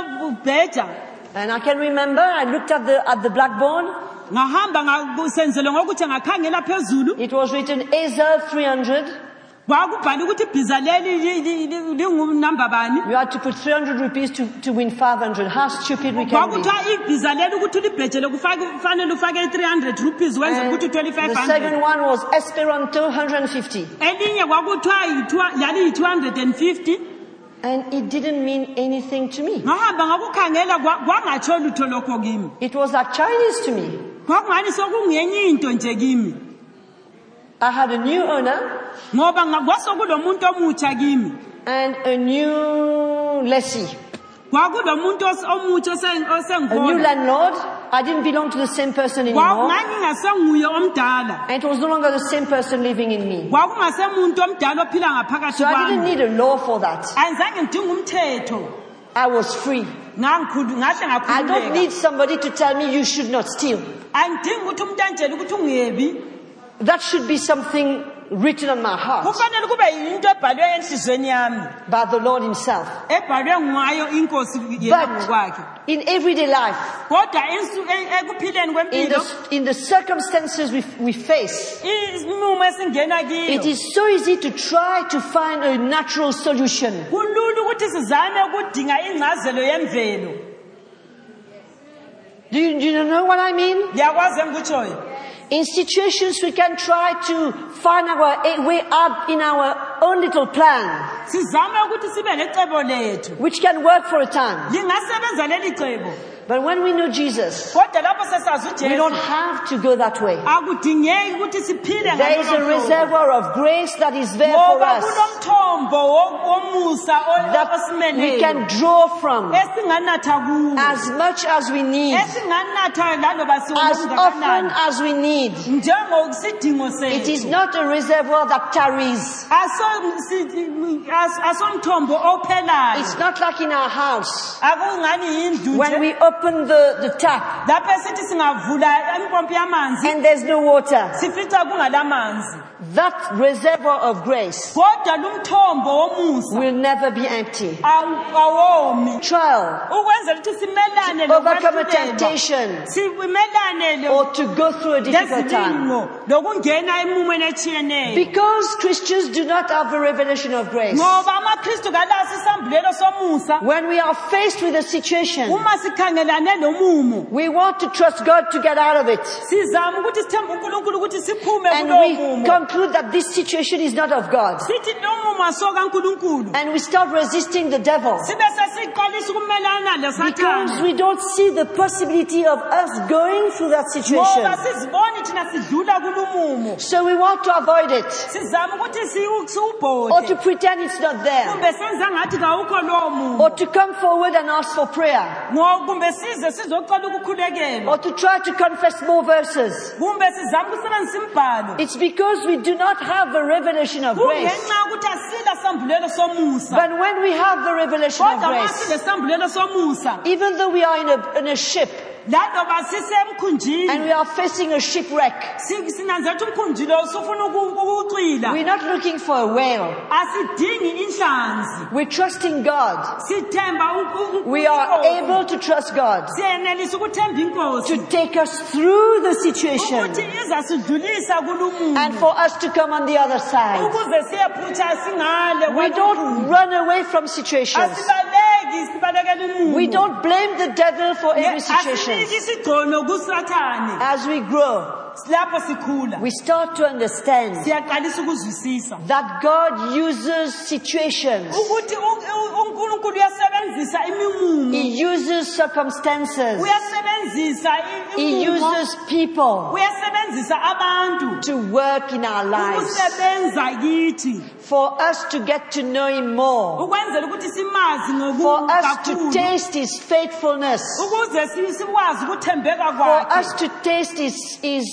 ngisiyabheja
And I can remember I looked at the, at the blackboard.
ngahamba nga- senzelwe ngokuthi ngakhangela phezulu
It was written Azel 300.
kwakubhala ukuthi ibhiza leli li- li- li- lingunamba bani
You had to put 300 rupees to, to win 500. How stupid we can be.
kwakuthiwa ibhiza leli ukuthi ulibhejele kufake- kufanele ufake i-300 rupees wenzela
And
ukuthi uthole
Eh, the second
i-500
one was Esperanto 150.
elinye kwakuthiwa yi- twa- laliyi-250
And it didn't mean anything to me.
ngahamba ngakukhangela kwa- kwangatsho lutho lokho kimi
It was like Chinese to me.
kwakungani sokungenye into nje kimi
I had a new owner
ngoba nga- kwasokulomuntu omutsha kimi
and a new lessee,
kwakulomuntu os- omutsha osen-
a new
osengibona.
landlord. I didn't belong to the same person anymore.
kwakungani ngasenguye omdala
And it was no longer the same person living in me.
kwakungasemuntu omdala ophila ngaphakathi
So I didn't
kwami
need a law for that.
angizange ngidinga umthetho
I was free.
Ngangikhulu- ngahle
I don't
ngakhululeka
need somebody to tell me you should not steal.
angidingi ukuthi umuntu anjele ukuthi ungebi
That should be something written on my heart
kufanele kube yinto ebhalwe enhliziyweni yami
by the Lord Himself.
ebhalwe ngayo inkosi yena ngokwakhe
But in everyday life,
kodwa ensu- e- ekuphileni
in
kwempilo
the, in the circumstances we, we face,
inqumo esingena
it
kiyo
is so easy to try to find a natural solution.
kulula ukuthi sizame ukudinga ingcazelo yemvelo
Do you, do you know what I mean?
liyakwazi engikutshoyo
In situations we can try to find our a way out in our own little plan,
sizame ukuthi sibe lecebo lethu
which can work for a time.
lingasebenza leli cebo
But when we know Jesus,
kodwa lapho sesazi
we don't
ujesu
have to go that way.
akudingeki ukuthi siphile
There is a
ngalolo hlobo.
reservoir of grace that is there for
ngoba
us
kulomthombo wo- womusa o-
that we
osimeleyo
can draw from
esinganatha kuwo
as much as we need,
esinganatha laloba
as often
siwongakanani
as we need.
njengokusidingo
It is
sethu
not a reservoir that tarries.
Aso- si- as- asomthombo
It's
ophelayo
not like in our house.
akungani yindlu
When
nje
we open the, the tap
lapho esithi singavula impompi yamanzi
and there's no water,
sifica kungalamanzi
that reservoir of grace
kodwa lumthombo womusa
will never be empty.
awu- awomi
Trial,
ukwenzela ukuthi simelane
overcome a
lokwahlulelwa.
temptation, Oh,
simelane lo-
or to go through a difficult time.
lezilingo lokungena emumweni etshiyeneyo
Because Christians do not have the revelation of grace.
ngoba amakristu kalasi isambulelo somusa
When we are faced with a situation,
uma sikhangelane lomumo
we want to trust God to get out of it.
sizama ukuthi sithembe unkulunkulu ukuthi siphume
And
kulowo
we
mumo
conclude that this situation is not of God.
sithi lo mumo asokankulunkulu
And we start resisting the devil.
sibe sesiqalisa ukumelana
Because
lesathane
we don't see the possibility of us going through that
ngoba
situation.
siziboni thina sidlula kulumumo
So we want to avoid it.
sizama ukuthi siwu-
Or to
siwubhode
pretend it's not there.
kumbe senza ngathi kawukho lowo mumo
or to come forward and ask for prayer,
Ngo- kumbe size sizocela ukukhulekela
or to try to confess more verses.
kumbe sizame ukusebenzisa imbhalo
It's because we do not have the revelation of grace.
kungenxa yokuthi asila sambulelo somusa
But when we have the revelation of
kodwa uma
grace,
sinesambulelo somusa
even though we are in a, in a ship
laloba
and
sisemkhunjini
we are facing a shipwreck,
si- sinanzela ukuthi umkhunjilo sufuna uku- ukuwucwila
we're not looking for a whale.
asidingi inhlanzi
We're trusting God.
sithemba u- u- u-
We are
inkosi.
able to trust God
siyenelisa ukuthemba inkosi
to take us through the situation
ukuthi izasidlulisa
and
kulumumo
for us to come on the other side.
ukuze siyephutsha singale
We don't run away from situations.
asibaleki sibalekela umumo
We don't blame the devil for every
Ne-
situation.
asiniki isigcono kusathane
As we grow, grow,
lapho sikhula
we start to understand
siyaqalisa ukuzwisisa
that God uses situations,
ukuthi u- u- uNkulunkulu uyasebenzisa imimumo
He uses circumstances,
uyasebenzisa i-
He
imimumo
uses people
uyasebenzisa abantu
to work in our lives
ukusebenza kithi
for us to get to know Him more,
ukwenzela ukuthi simazi
for us to
ngokukakhulu
taste His faithfulness,
ukuze si- sikwazi ukuthembeka
for
kwakhe
us to taste His, His,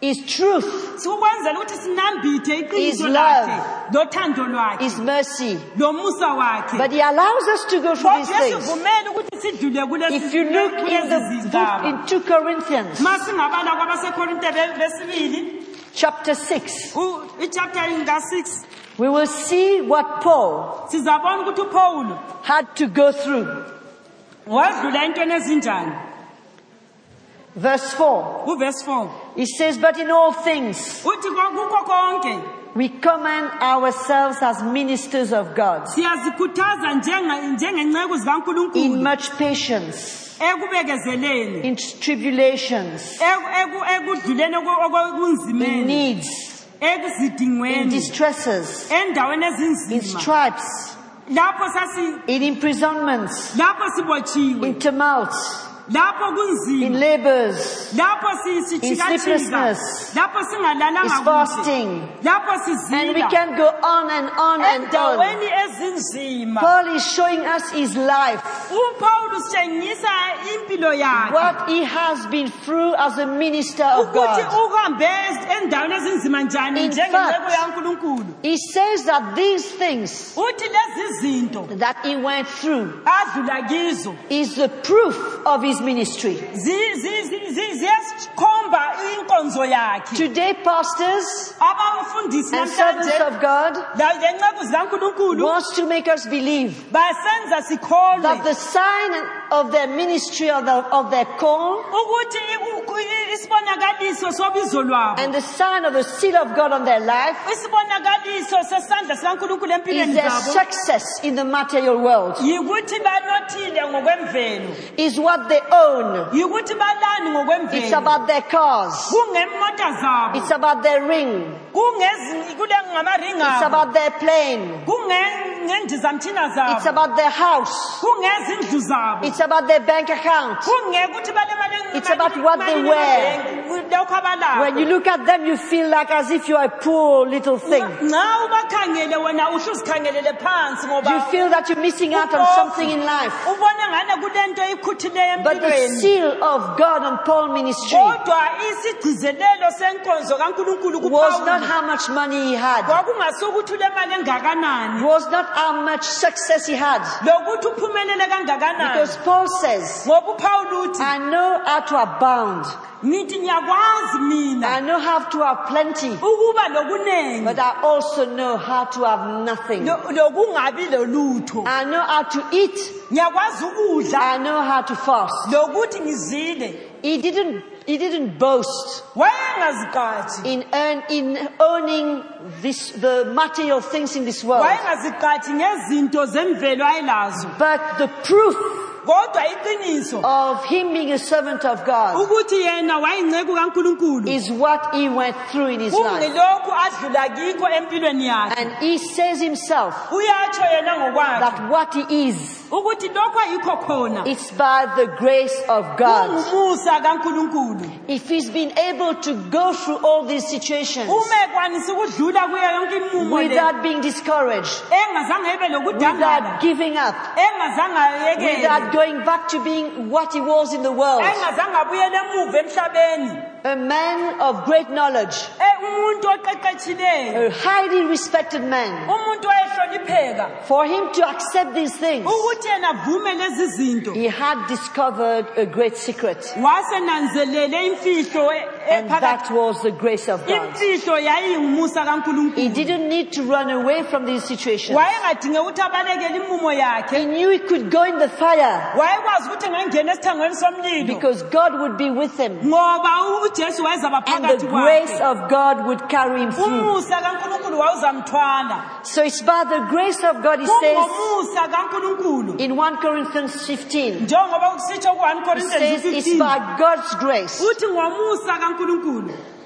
His truth,
sikwenzela ukuthi sinambithe
His
iqiniso
love.
lakhe lothando lwakhe
His mercy.
lomusa wakhe
But He allows us to go through
kodwa
these things.
yesivumele ukuthi sidlule kulezi-
If you look in
kulezi
the book
zindaba
in 2 Corinthians
ma singabala kwabasekorinte be- besibili
chapter 6,
u- ichapter nga-6
we will see what Paul
sizabona ukuthi upawulo
had to go through.
wadlula entweni ezinjani
Verse 4,
kuvesi 4
he says, But in all things
uthi ko- kukho konke
we commend ourselves as ministers of God
siyazikhuthaza njenge- njengenceku
in
zikankulunkulu
much patience,
ekubekezeleni
in tribulations,
eku- eku- ekudluleni oko-
in
okokunzimeni
needs, in
ekuzidingweni
distresses,
endaweni
in
ezinzima
stripes,
lapho sasi
in imprisonments,
lapho sibotshiwe
in tumults,
lapho
in
kunzima
labors,
lapho si-
in
sithikatshika
sleeplessness,
lapho
is
singalalanga kuhle
fasting.
lapho
And we
sizila
can go on and on and on.
endaweni ezinzima
Paul is showing us his life,
upawulo sitshengisa impilo yakhe
what he has been through as a minister of
ukuthi
God.
uhambe ez- endaweni ezinzima njani
In
njengenceku
fact-
yankulunkulu
He says that these things
uthi lezi zinto
that he went through
adlula kizo
is the proof of his ministry.
zi- zi- zi- zi- ziyasikhomba inkonzo yakhe
Today, pastors
abamfundisi
and servants
namhlanje
of God
la- lenceku zikankulunkulu
wants to make us believe
basenza sikholwe
that the sign of their ministry, of, the, of their call,
ukuthi i- u- i- isibonakaliso sobizo lwabo
and the sign of the seal of God on their life
isibonakaliso sesandla sikankulunkulu
is
empilweni
their
zabo
success in the material world,
yikuthi banothile ngokwemvelo
is what they own.
yikuthi balani
It's
ngokwemvelo
about their cars.
kungemota zabo
It's about their ring.
kungezi- kule ngamaringi
It's
abo
about their plane.
kungengendizamthina
It's
zabo
about their house.
kungezindlu zabo
It's about their bank account.
kungekuthi
It's about what they wear.
lokho
When you
abalakho
look at them, you feel like as if you are a poor little thing.
nxa ubakhangele wena uhle uzikhangelele phansi
You
ngoba
feel that you're missing out on something in life.
ubona ngane kule nto ikhuthileyo
But the
empilweni
seal of God on Paul ministry was
kodwa isigcizelelo senkonzo kankulunkulu
not
kupawulo
how much money he had,
kwakungasukuthi ulemali engakanani
was not how much success he had.
lokuthi uphumelele kangakanani
Because Paul says,
ngoba uPaul uthi
I know how to abound.
ngithi ngiyakwazi
I
mina
know how to have plenty.
ukuba lokunengi
But I also know how to have nothing.
lo- lokungabi lolutho
I know how to eat.
ngiyakwazi ukudla
I know how to fast.
lokuthi ngizile
He didn't, he didn't boast
wayengazigqaji
in, earn, in owning this, the material things in this world.
wayengazigqaji ngezinto zemvelo ayelazo
But the proof
kodwa iqiniso
of him being a servant of God
ukuthi yena wayinceku kankulunkulu
Oh. is what he went through in his life.
kungilokhu adlula kikho empilweni yakhe
And he says himself
uyatsho yena ngokwakhe
that what he is,
ukuthi lokhu ayikho khona
it's by the grace of God.
kungumusa kankulunkulu
If he's been able to go through all these situations
uma ekwanisa ukudlula kuyo yonke imumo le
without being discouraged,
engazange ibe lokudangala
without giving up,
engazange ayekele
without going back to being what he was in the world,
engazange abuyele emuva emhlabeni
a man of great knowledge,
Eh, umuntu oqeqetshileyo
a highly respected man.
umuntu oyehlonipheka
For him to accept these things,
ukuthi yena avume lezi zinto
he had discovered a great secret.
wasenanzelele imfihlo e-
And
ephakathi
that was the grace of God.
imfihlo yayingumusa
He
kankulunkulu
didn't need to run away from these situations.
wayengadinge ukuthi abalekele imumo yakhe
He knew he could go in the fire
wayekwazi ukuthi engangena esithangweni somlilo
because God would be with him
ngoba u- ujesu wayezaba
and the
phakathi
grace
kwakhe
of God would carry him through.
umusa kankulunkulu wawuzamthwala
So it's by the grace of God, he says
kungomusa kankulunkulu
in 1 Corinthians 15,
njengoba kusitsho ku-1
He says
corinthians
it's
15
by God's grace
uthi ngomusa kankulunkulu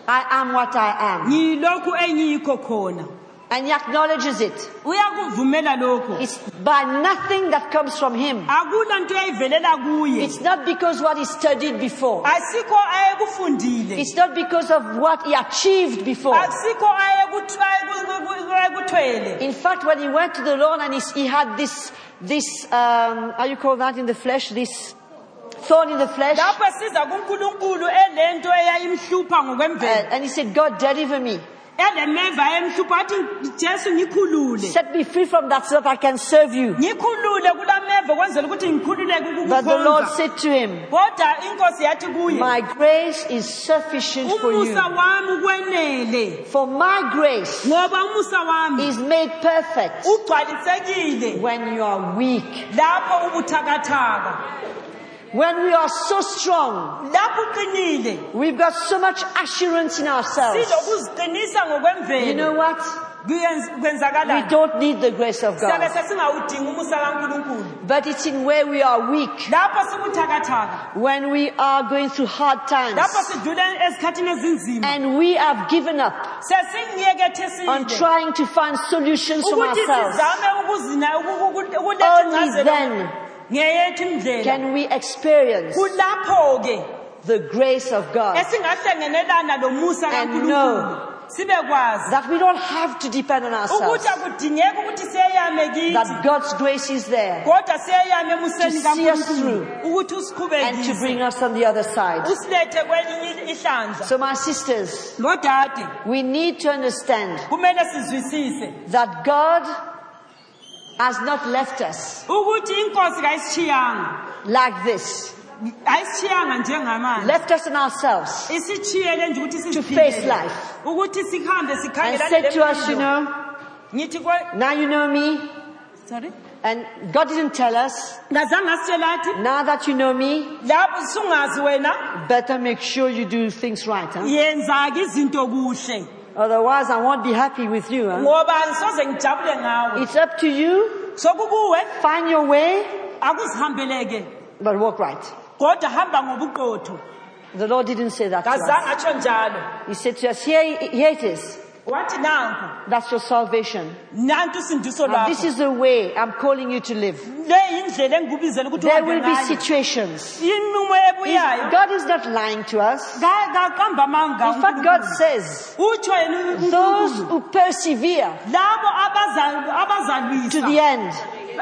I am what I am.
ngilokhu engiyikho khona
And he acknowledges it.
uyakuvumela lokho
It's by nothing that comes from him.
akula nto eyayivelela kuye
It's not because what he studied before.
asikho ayekufundile
It's not because of what he achieved before.
asikho ayekuth- ayeku- ayekuthwele
In fact, when he went to the Lord and he, he had this, this, um, how you call that in the flesh? This thorn in the flesh.
lapho esiza kunkulunkulu elento eyayimhlupha
And,
ngokwemvelo
Uh, and he said, God, deliver me.
ele meva emhlupha athi jesu ngikhulule
Set me free from that so that I can serve you.
ngikhulule kula meva kwenzela ukuthi ngikhululeke
But the Lord
ukukukhonza
said to him,
kodwa inkosi yathi kuye
My grace is sufficient for you.
umusa wami ukwenele
For my grace
ngoba umusa wami
is made perfect
ugcwalisekile
when you are weak.
lapho ubuthakathaka
When we are so strong,
lapho uqinile
we've got so much assurance in ourselves.
silokuziqinisa
You know
ngokwemvelo
what?
Kuyenz-
We
kwenzakalani
don't need the grace of
siyabe
God.
sesingawudingi umusa kankulunkulu
But it's in where we are weak,
lapho sibuthakathaka
when we are going through hard
lapho
times,
sidlula ezikhathini ezinzima
and we have given up on
sesingiyekethesile
trying to find solutions for
ukuthi
ourselves.
sizame ukuzina uku- uku- uku- ukuletha
Only
ingcazelo
then
ngeyethu indlela
can we experience
kulapho-ke
the grace of God.
esingahlengenelana lomusa
And
kankulunkulu sibe kwazi
That we don't have to depend on ourselves.
ukuthi akudingeki ukuthi siyeyame kithi
That God's grace is there
kodwa siyeyame emuseni
To see us
kankulunkulu
through.
ukuthi
and to
usiqhubekise
bring us on the other side.
usilethe kwelinye ihlandla
So my sisters,
lodade
we need to understand
kumele sizwisise
that God has not left us
ukuthi inkosi kayisishiyanga
like this.
ayisishiyanga njengamanje
Left us in ourselves.
isitshiyele nje ukuthi
face
siziphilele.
life.
ukuthi sikhambe
And
sikhangelane
said to us, you
lempilo.
know,
ngithi kwe-
now you know me.
sorry
And God didn't tell us.
ngazange asitshela athi
Now that you know me,
lapho sungazi wena
better make sure you do things right. Huh?
yenza-ke izinto kuhle
Otherwise, I won't be happy with you. Huh?
ngoba ngisoze ngijabule ngawe
It's up to you.
sokukuwe
Find your way,
akuzihambeleke
but walk right.
kodwa hamba ngobuqotho
The Lord didn't say that. To us.
kazange atsho njalo
He said to us, here, here it is.
wathi nanku
That's your salvation.
nantu usindiso
Now, this
lwakho
is the way I'm calling you to live.
le yindlela engikubizela ukuthi
There
uhambe
will be
ngayo.
situations.
inqumo
He's-
ebuyayo
God is not lying to us.
Ka- kaqamba amanga
In fact, God says,
utsho yena
those
uNkulunkulu,
who persevere
labo abaza-
to the
abazalwisa
end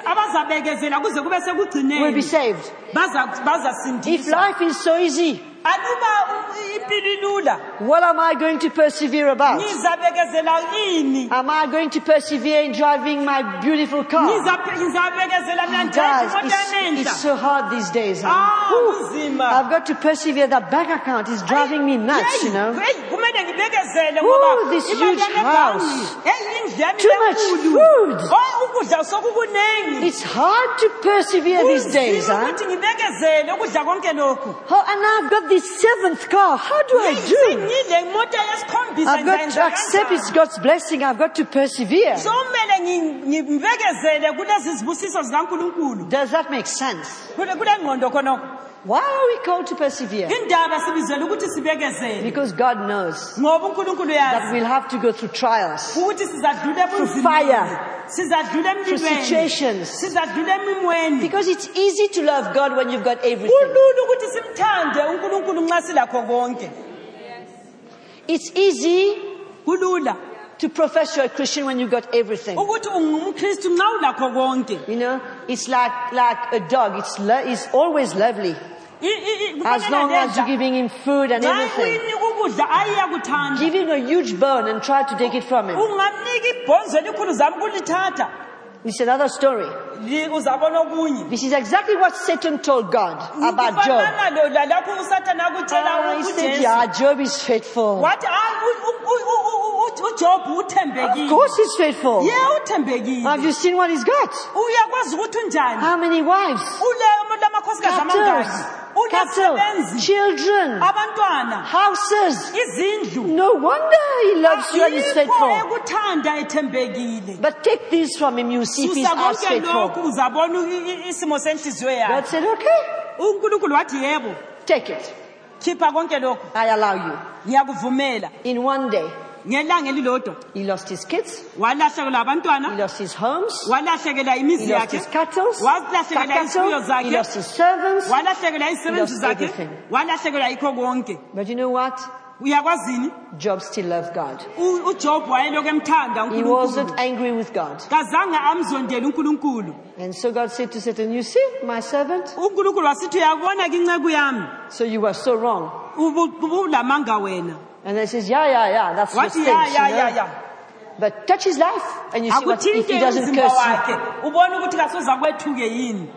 abazabekezela kuze kube
will be
sekugcineni
saved.
baza-
If
bazasindiswa
life is so easy,
aluba u- impilo ilula
what am I going to persevere about?
ngizabekezela ini
Am I going to persevere in driving my beautiful car?
Ngizabe- ngizabekezela mina
Guys,
ndedwa imoto
Ah. it's, it's
enenhla
so hard these days.
Ah,
huh? Whew.
kunzima
I've got to persevere. That bank account is driving me nuts, you know.
Hey, kumele ngibekezele
Woo,
ngoba
this
imali
huge
yami
house.
ebhangi, hey, indlu yami
Too much
enkulu.
food.
Oh, ukudla sokukunengi
It's hard to persevere these days,
Kunzima
huh?
ukuthi ngibekezele ukudla konke lokhu
Oh, and I've got this seventh car. How do I do?
sengile imoto yesikhombisa
I've got to accept it's God's blessing. I've got to persevere.
somele ngibekezele kulezi zibusiso zikankulunkulu
Does that make sense?
Kule- kule ngqondo khonoko
Why are we called to persevere?
indaba sibizele ukuthi sibekezele
Because God knows
ngoba unkulunkulu
that
yazi
we'll have to go through trials,
ukuthi sizadlula
fire.
ebunzimeni sizadlula
through
emlilweni
situations.
sizadlula emimweni
Because it's easy to love God when you've got everything.
kulula ukuthi simthande unkulunkulu nxa silakho konke
It's easy
kulula
to profess you're a Christian when you've got everything.
ukuthi ungumkristu nxa ulakho konke
You know, it's like, like a dog. It's, lo- it's always lovely.
I- i- i-
As long as
kufanele
you're giving him food and
nxa
everything.
uyinika ukudla ayiyakuthanda
Give him a huge bone and try to take it from him.
ungamnika ibhonzo elikhulu zami ukulithatha
It's another story.
li- uzabona okunye
This is exactly what Satan told God about Job.
Ukufanana lo- lalapho usathane akutshela
Ah, he said,
uJesu.
yeah, Job is faithful.
wathi "Ah, u- u- u- u- u- u- ujob
Of
uthembekile
course he's faithful.
ye uthembekile
Have you seen what he's got?
uyakwazi ukuthi unjani
How many wives?
ulamakhosikazi
Cattle.
amangaki
Cattle.
unezisebenzi
Children.
abantwana
Houses.
izindlu
No wonder he loves you and is
Ayikho
faithful.
ekuthanda ethembekile
But take these from him, you see if he's
susa
as
konke lokhu
faithful.
uzabona u- i- isimo senhliziyo yakhe
God said, okay,
unkulunkulu wathi yebo
take it.
khipha konke lokho
I allow you.
ngiyakuvumela
In one day,
ngelanga elilodwa
he lost his kids,
walahlekelwa abantwana
he lost his homes,
walahlekelwa imizi
he lost his
yakhe
cattle,
walahlekelwa izifuyo
cattle, he
zakhe
lost his servants.
walahlekelwa izisebenzi
He lost
zakhe
everything.
walahlekelwa yikho konke
But you know what?
uyakwazini
Job still loved God.
U- ujob wayeloku emthanda
He
unkulunkulu
wasn't angry with God.
kazange amzondele unkulunkulu
And so God said to Satan, You see, my servant?
unkulunkulu wasithi uyabona kinceku yami
So you were so wrong.
ubu- ubulamanga wena
And then he says, Yeah, yeah, yeah, that's what
wathi
things,
ya
you
ya
know.
ya ya
But touch his life and you see what, if he
akuthinte
doesn't
umzimba
curse you.
wakhe ubone ukuthi kasoza kwethuke yini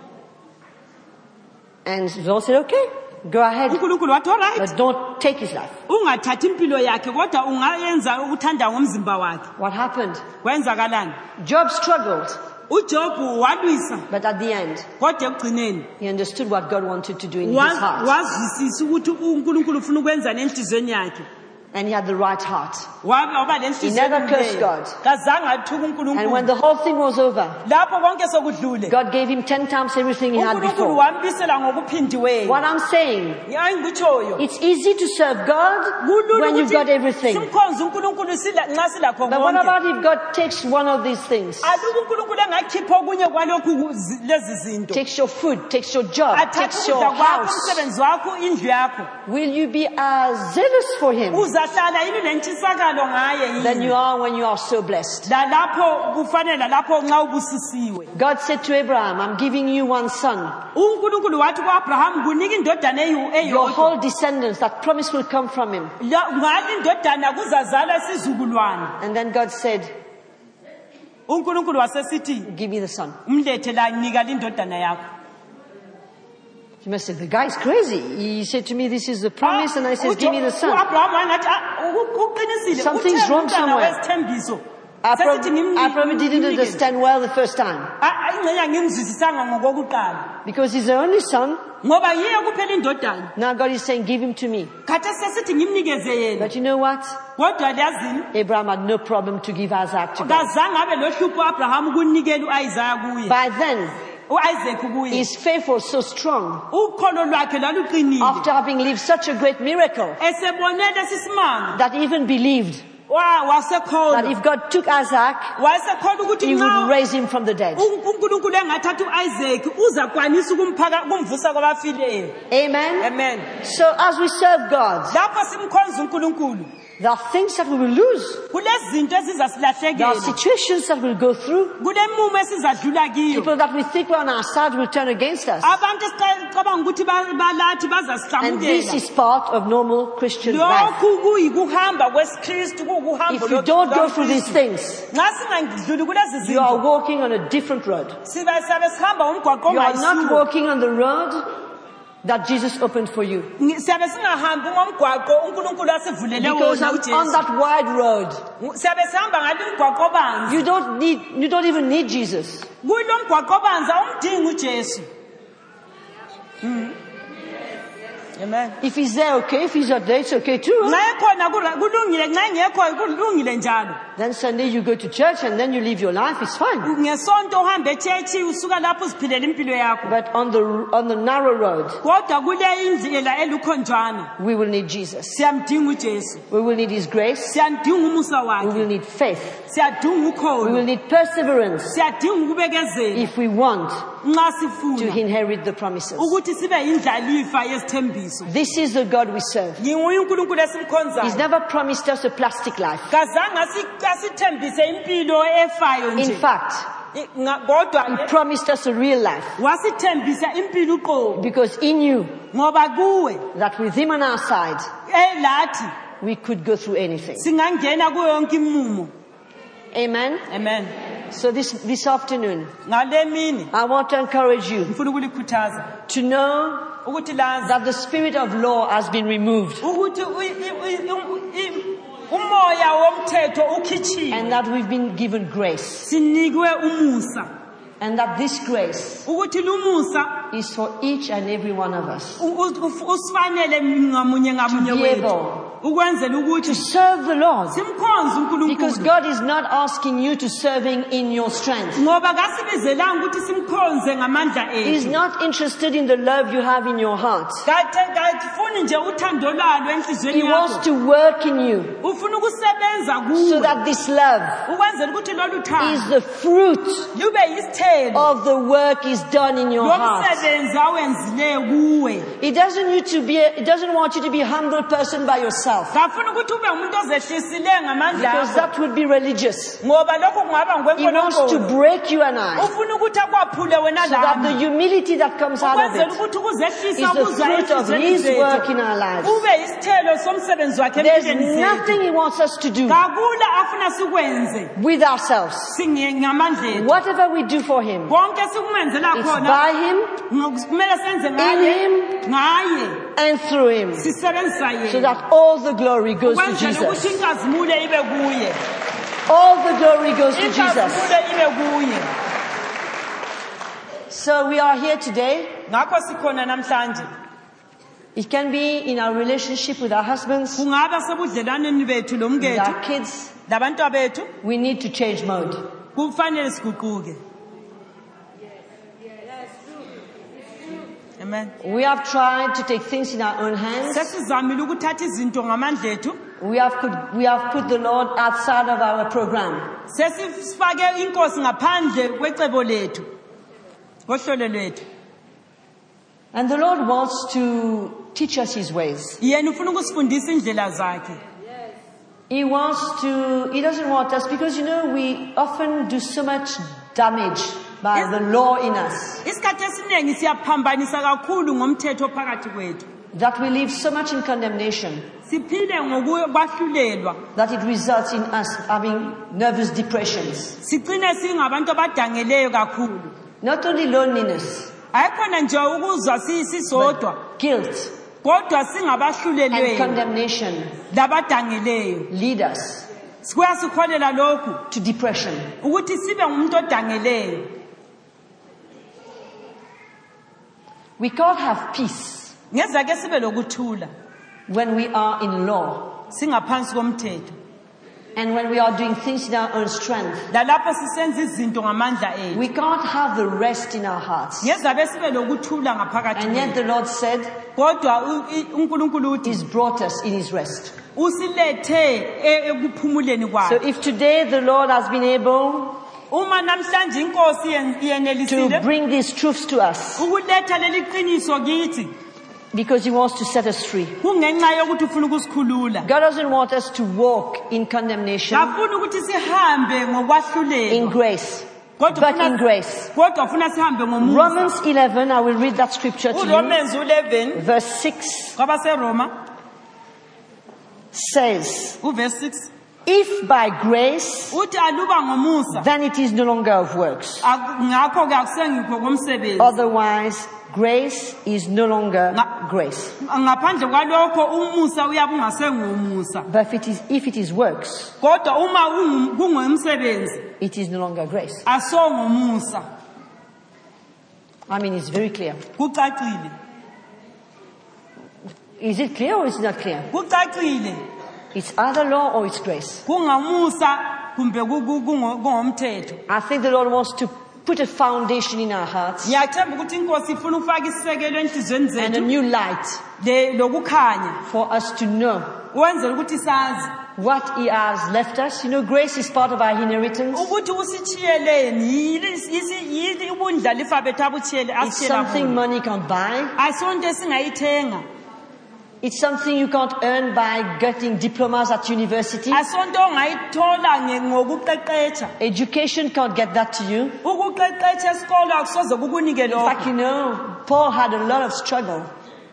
And God said, Okay, go ahead,
unkulunkulu wathi olright
but don't take his life.
ungathathi impilo yakhe kodwa ungayenza ukuthanda ngomzimba wakhe
What happened?
kwenzakalani
Job struggled,
ujobu walwisa
but at the end,
kodwa ekugcineni
he understood what God wanted to do in his
wa-
heart.
wazwisisa ukuthi unkulunkulu ufuna ukwenzani enhliziyweni yakhe
And he had the right heart.
Waba- waba le nhliziyo
He never cursed
elungileyo.
God.
kazange athuka
And when
unkulunkulu
the whole thing was over,
lapho konke sokudlule
God gave him ten times everything he had
unkulunkulu
before.
wambisela ngokuphindiweyo
What I'm saying,
engikutshoyo
it's easy to serve God
kulula
when you've got
ukuthi
everything.
simkhonze unkulunkulu sila- nxa silakho
But what
konke
about if God takes one of these things?
aluba unkulunkulu engakhipha okunye kwalokhu ku- zi- lezi zinto
Takes your food, takes your job,
athathe
takes
ukudla
your
kwakho
house.
umsebenzi wakho indlu yakho
Will you be as zealous for Him
uzahlala yini lentshisakalo ngaye
than you
yini
are when you are so blessed?
lalapho kufanele lalapho nxa ubusisiwe
God said to Abraham, I'm giving you one son.
unkulunkulu wathi ku-abrahamu kunika indodana eyu-
Your
eyodwa
whole descendants, that promise will come from him.
La- ngale indodana kuzazala isizukulwane
And then God said,
unkulunkulu wasesithi
Give me the son.
umlethe la nika lindodana yakho
You must say, The guy is crazy. He said to me, This is the promise. And I said, Give me the son.
u-abrahamu angathi "Ah, u- u- uqinisile
Something's
Uthe
wrong
umntana
somewhere."
wesithembiso
I prob-
Sesithi ngimni-
I probably didn't
ngimnikele.
understand well the first time
Ah, ah, ingxenye angimzwisisanga ngokokuqala
because he's the only son.
ngoba yiyo kuphela indodana
Now God is saying, Give him to me.
khathesi sesithi ngimnikeze yena
But you know what?
kodwa liyazini
Abraham had no problem to give Isaac to God.
kazange abe lohlupho u-abrahamu kunikela u-isaya kuye
By then,
u-isaac kuye
his faith was so strong.
ukholo lwakhe laluqinile
After having lived such a great miracle,
esebone lesisimanga
that he even believed
wa-
that
wasekholwa
if God took Isaac,
wasekholwa ukuthi
he would
nxa
raise him from the dead.
u- unkulunkulu engathatha u-isaac uzakwanisa ukumphaka- ukumvusa kwabafileyo
Amen.
amen
So as we serve God,
lapho simkhonza unkulunkulu
there are things that we will lose.
kulezinto
There are
ezizasilahlekela
situations that we'll go through.
kulemumo esizadlula kiyo
People that we think were on our side will turn against us.
abantu esicabanga ukuthi ba- balathi
And this
bazasihlamukela
is part of normal Christian life.
lokhu kuyikuhamba kwesikristu kuwukuhambo
If you don't go through these things,
nxa singandluli kulezi
you are
zinto
walking on a different road.
sibe sabe sihamba umgwaqo
You are not
ongayisuwo
walking on the road that Jesus opened for you.
Ngi- siyabe singahambi ngomgwaqo unkulunkulu asivulele
Because
wona
on, on
ujesu
that wide road,
siyabe sihamba ngalo mgwaqo obanzi
you don't need, you don't even need Jesus.
kulo mgwaqo obanzi awumdingi ujesu Mm. amen
If he's there, okay. If he's not there, it's okay too.
nxa ekhona kula- kulungile nxa engekho kulungile njalo
Then Sunday you go to church and then you live your life. It's fine.
ngesonto uhambe etshetshi usuka lapho uziphilela impilo yakho
But on the on the narrow road,
kodwa kule indlela elukhonjwana
we will need Jesus.
siyamdinga ujesu
We will need His grace.
siyamdinga umusa
We
wakhe
will need faith.
siyadinga
We
ukholo
will need perseverance
siyadinga ukubekezela
if we want
nxa
to
sifuna
inherit the promises.
ukuthi sibe yindlalifa yezithembiso
This is the God we serve.
nginguye unkulunkulu
He's
esimkhonzayo
never promised us a plastic life.
kazange asi- asithembise impilo efayo
In
nje
fact,
I- nga- kodwa
He
nge-
promised us a real life
wasithembisa impilo uqobo
because He knew
ngoba kuwe
that with Him on our side,
elathi
we could go through anything.
singangena kuyo yonke imumo
Amen.
amen
So this, this afternoon,
ngale mini
I want to encourage you
ngifuna ukulikhuthaza
to know
ukuthi lazi
that the spirit of law has been removed
ukuthi u- i- i- u- i- umoya womthetho ukhitshiwe
and that we've been given grace
sinikwe umusa
and that this grace
ukuthi lumusa
is for each and every one of us
u- u- uf- usifanele ngamunye ngamunye
to be
wethu
able
ukwenzela ukuthi
to serve the Lord.
simkhonze
Because
uNkulunkulu
God is not asking you to serving in your strength.
ngoba kasibizelanga ukuthi simkhonze ngamandla
He's
ethu
not interested in the love you have in your heart.
Kate- katifuni nje uthando lwalo enhliziyweni
He wants
yakho
to work in you
ufuna ukusebenza
so
kuwe
that this love
ukwenzela ukuthi lolu
is Oh,
thando
the fruit
lube yisithelo
of the work is done in your heart.
lomsebenzi awenzileyo kuwe
He doesn't, need to be a, he doesn't want you to be a humble person by yourself
kafuna ukuthi ube ngumuntu ozehlisileyo ngamandla
because
akho.
that would be religious.
ngoba lokho kungaba
He wants to
ngokwenkolonkolo
break you and I
ufuna ukuthi akwaphule wena
so that
lami
the humility that comes out
ukwenzela
of it
ukuthi
is
ukuzehlisa
the
okuza
fruit of
enhliziyweni
His work
zethu
in our lives.
kube yisithelo somsebenzi wakhe
There's
empilweni zethu
nothing He wants us to do
kakula afuna sikwenze
with ourselves.
singamandla ethu
Whatever we do for Him,
konke sikumenzela
it's
khona
by Him
ng- kumele senze ngaye
In
ngaye
and through Him
sisebenzisa
so
yena
that all the glory goes to
ukwenzela ukuthi
Jesus.
inkazimulo ibe kuye
All the glory goes to Jesus.
inkazimulo ibe kuye
So we are here today.
ngakho sikhona namhlanje
It can be in our relationship with our husbands,
kungaba sebudlelwaneni bethu
with
lomkethu
our kids.
labantwabethu
We need to change mode.
kufanele siguquke amen
We have tried to take things in our own hands.
sesizamile ukuthatha izinto ngamandla ethu
We have, put, we have put the Lord outside of our program.
sesifake inkosi ngaphandle kwecebo lethu kohlelo lwethu
And the Lord wants to teach us His ways.
yena ufuna ukusifundisa indlela zakhe
He wants to, He doesn't want us because you know we often do so much damage by
Yes.
the law in us
isikhathi esiningi siyaphambanisa kakhulu ngomthetho phakathi kwethu
that we live so much in condemnation
siphile ngokwahlulelwa
that it results in us having nervous depressions.
sigcine singabantu abadangeleyo kakhulu
Not only loneliness,
ayikhona nje ukuzwa si- sisodwa
guilt
kodwa
and
singabahlulelweyo
condemnation
labadangeleyo
lead us
kuyasikholela lokhu
to depression.
ukuthi sibe ngumuntu odangeleyo
We can't have peace
ngezake sibe lokuthula
when we are in law
singaphansi komthetho
and when we are doing things in our own strength.
lalapho sisenza izinto ngamandla ethu
We can't have the rest in our hearts.
ngezabe sibe lokuthula ngaphakathi
And yet
kwethu.
the Lord said
kodwa u- i- unkulunkulu uthi
He's brought us in His rest.
usilethe e- ekuphumuleni
So
kwayo
if today the Lord has been able
uma namhlanje inkosi yen-
to
yenelisile
bring these truths to us
ukuletha leli qiniso kithi
because He wants to set us free.
kungenxa yokuthi ufuna ukusikhulula
God doesn't want us to walk in condemnation,
kafuna ukuthi sihambe
in
ngokwahlulelwa
grace,
kodwa
but in
ufuna-
grace.
kodwa ufuna sihambe ngomusa
Romans 11, I will read that scripture
Oh,
to
uromans
you.
11
Verse 6
kwabaseroma
says,
uvesi 6
If by grace,
uthi aluba ngomusa
then it is no longer of works.
aku- ngakho-ke akusengikho komsebenzi
Otherwise, grace is no longer
Nga-
grace.
ngaphandle kwalokho umusa uyabe ungasengumusa
But if it, is, if it is works,
kodwa uma ungu- kungumsebenzi
it is no longer grace.
asongumusa
I mean, it's very clear.
kucacile
Is it clear or is it not clear?
kucacile
It's either law or it's grace.
kungamusa kumbe ku- ku- kungo- kungomthetho
I think the Lord wants to put a foundation in our hearts
ngiyathemba ukuthi inkosi ifuna ukufaka isisekelo enhliziyweni
and a
zethu
new light
le- lokukhanya
for us to know
wenzela ukuthi sazi
what He has left us. You know, grace is part of our inheritance.
ukuthi usitshiyeleni yili- yisi- yili ubundla lifa bethu abutshiyele
It's something
asitshela
money can't buy.
asonto esingayithenga
It's something you can't earn by getting diplomas at university.
asonto ongayithola nge- ngokuqeqetsha
Education can't get that to you. In
ukuqeqetsha esikolo akusoze kukunike
fact,
lokho
you know, Paul had a lot of struggle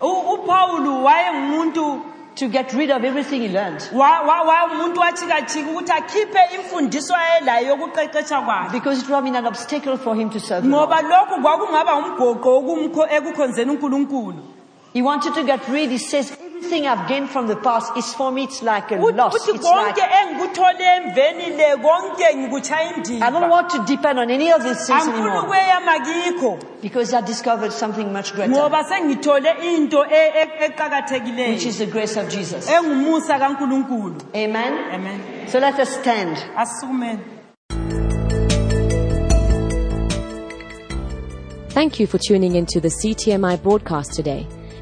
U- upawulu wayengumuntu
to get rid of everything he learned
wa- wa- wawumuntu wajikajika ukuthi akhiphe imfundiso ayelayo yokuqeqetsha kwakhe
because it would have been an obstacle for him to serve. the Lord.
ngoba lokhu kwakungaba umgoqo wokumkho- ekukhonzeni unkulunkulu
He wanted to get rid, he says, everything thing I've gained from the past is for me, it's like a
Ut-
loss.
uthi
It's
konke
like,
engikuthole emveni le konke ngikutshaya
I don't
indiva
want to depend on any of these things
angifuni
anymore
ukweyama kikho
because I discovered something much greater,
ngoba sengithole into e- e-
which
eqakathekileyo
is the grace of Jesus.
engumusa kankulunkulu
Amen.
amen
So let us stand.
asisukumele
Thank you for tuning in to the CTMI broadcast today.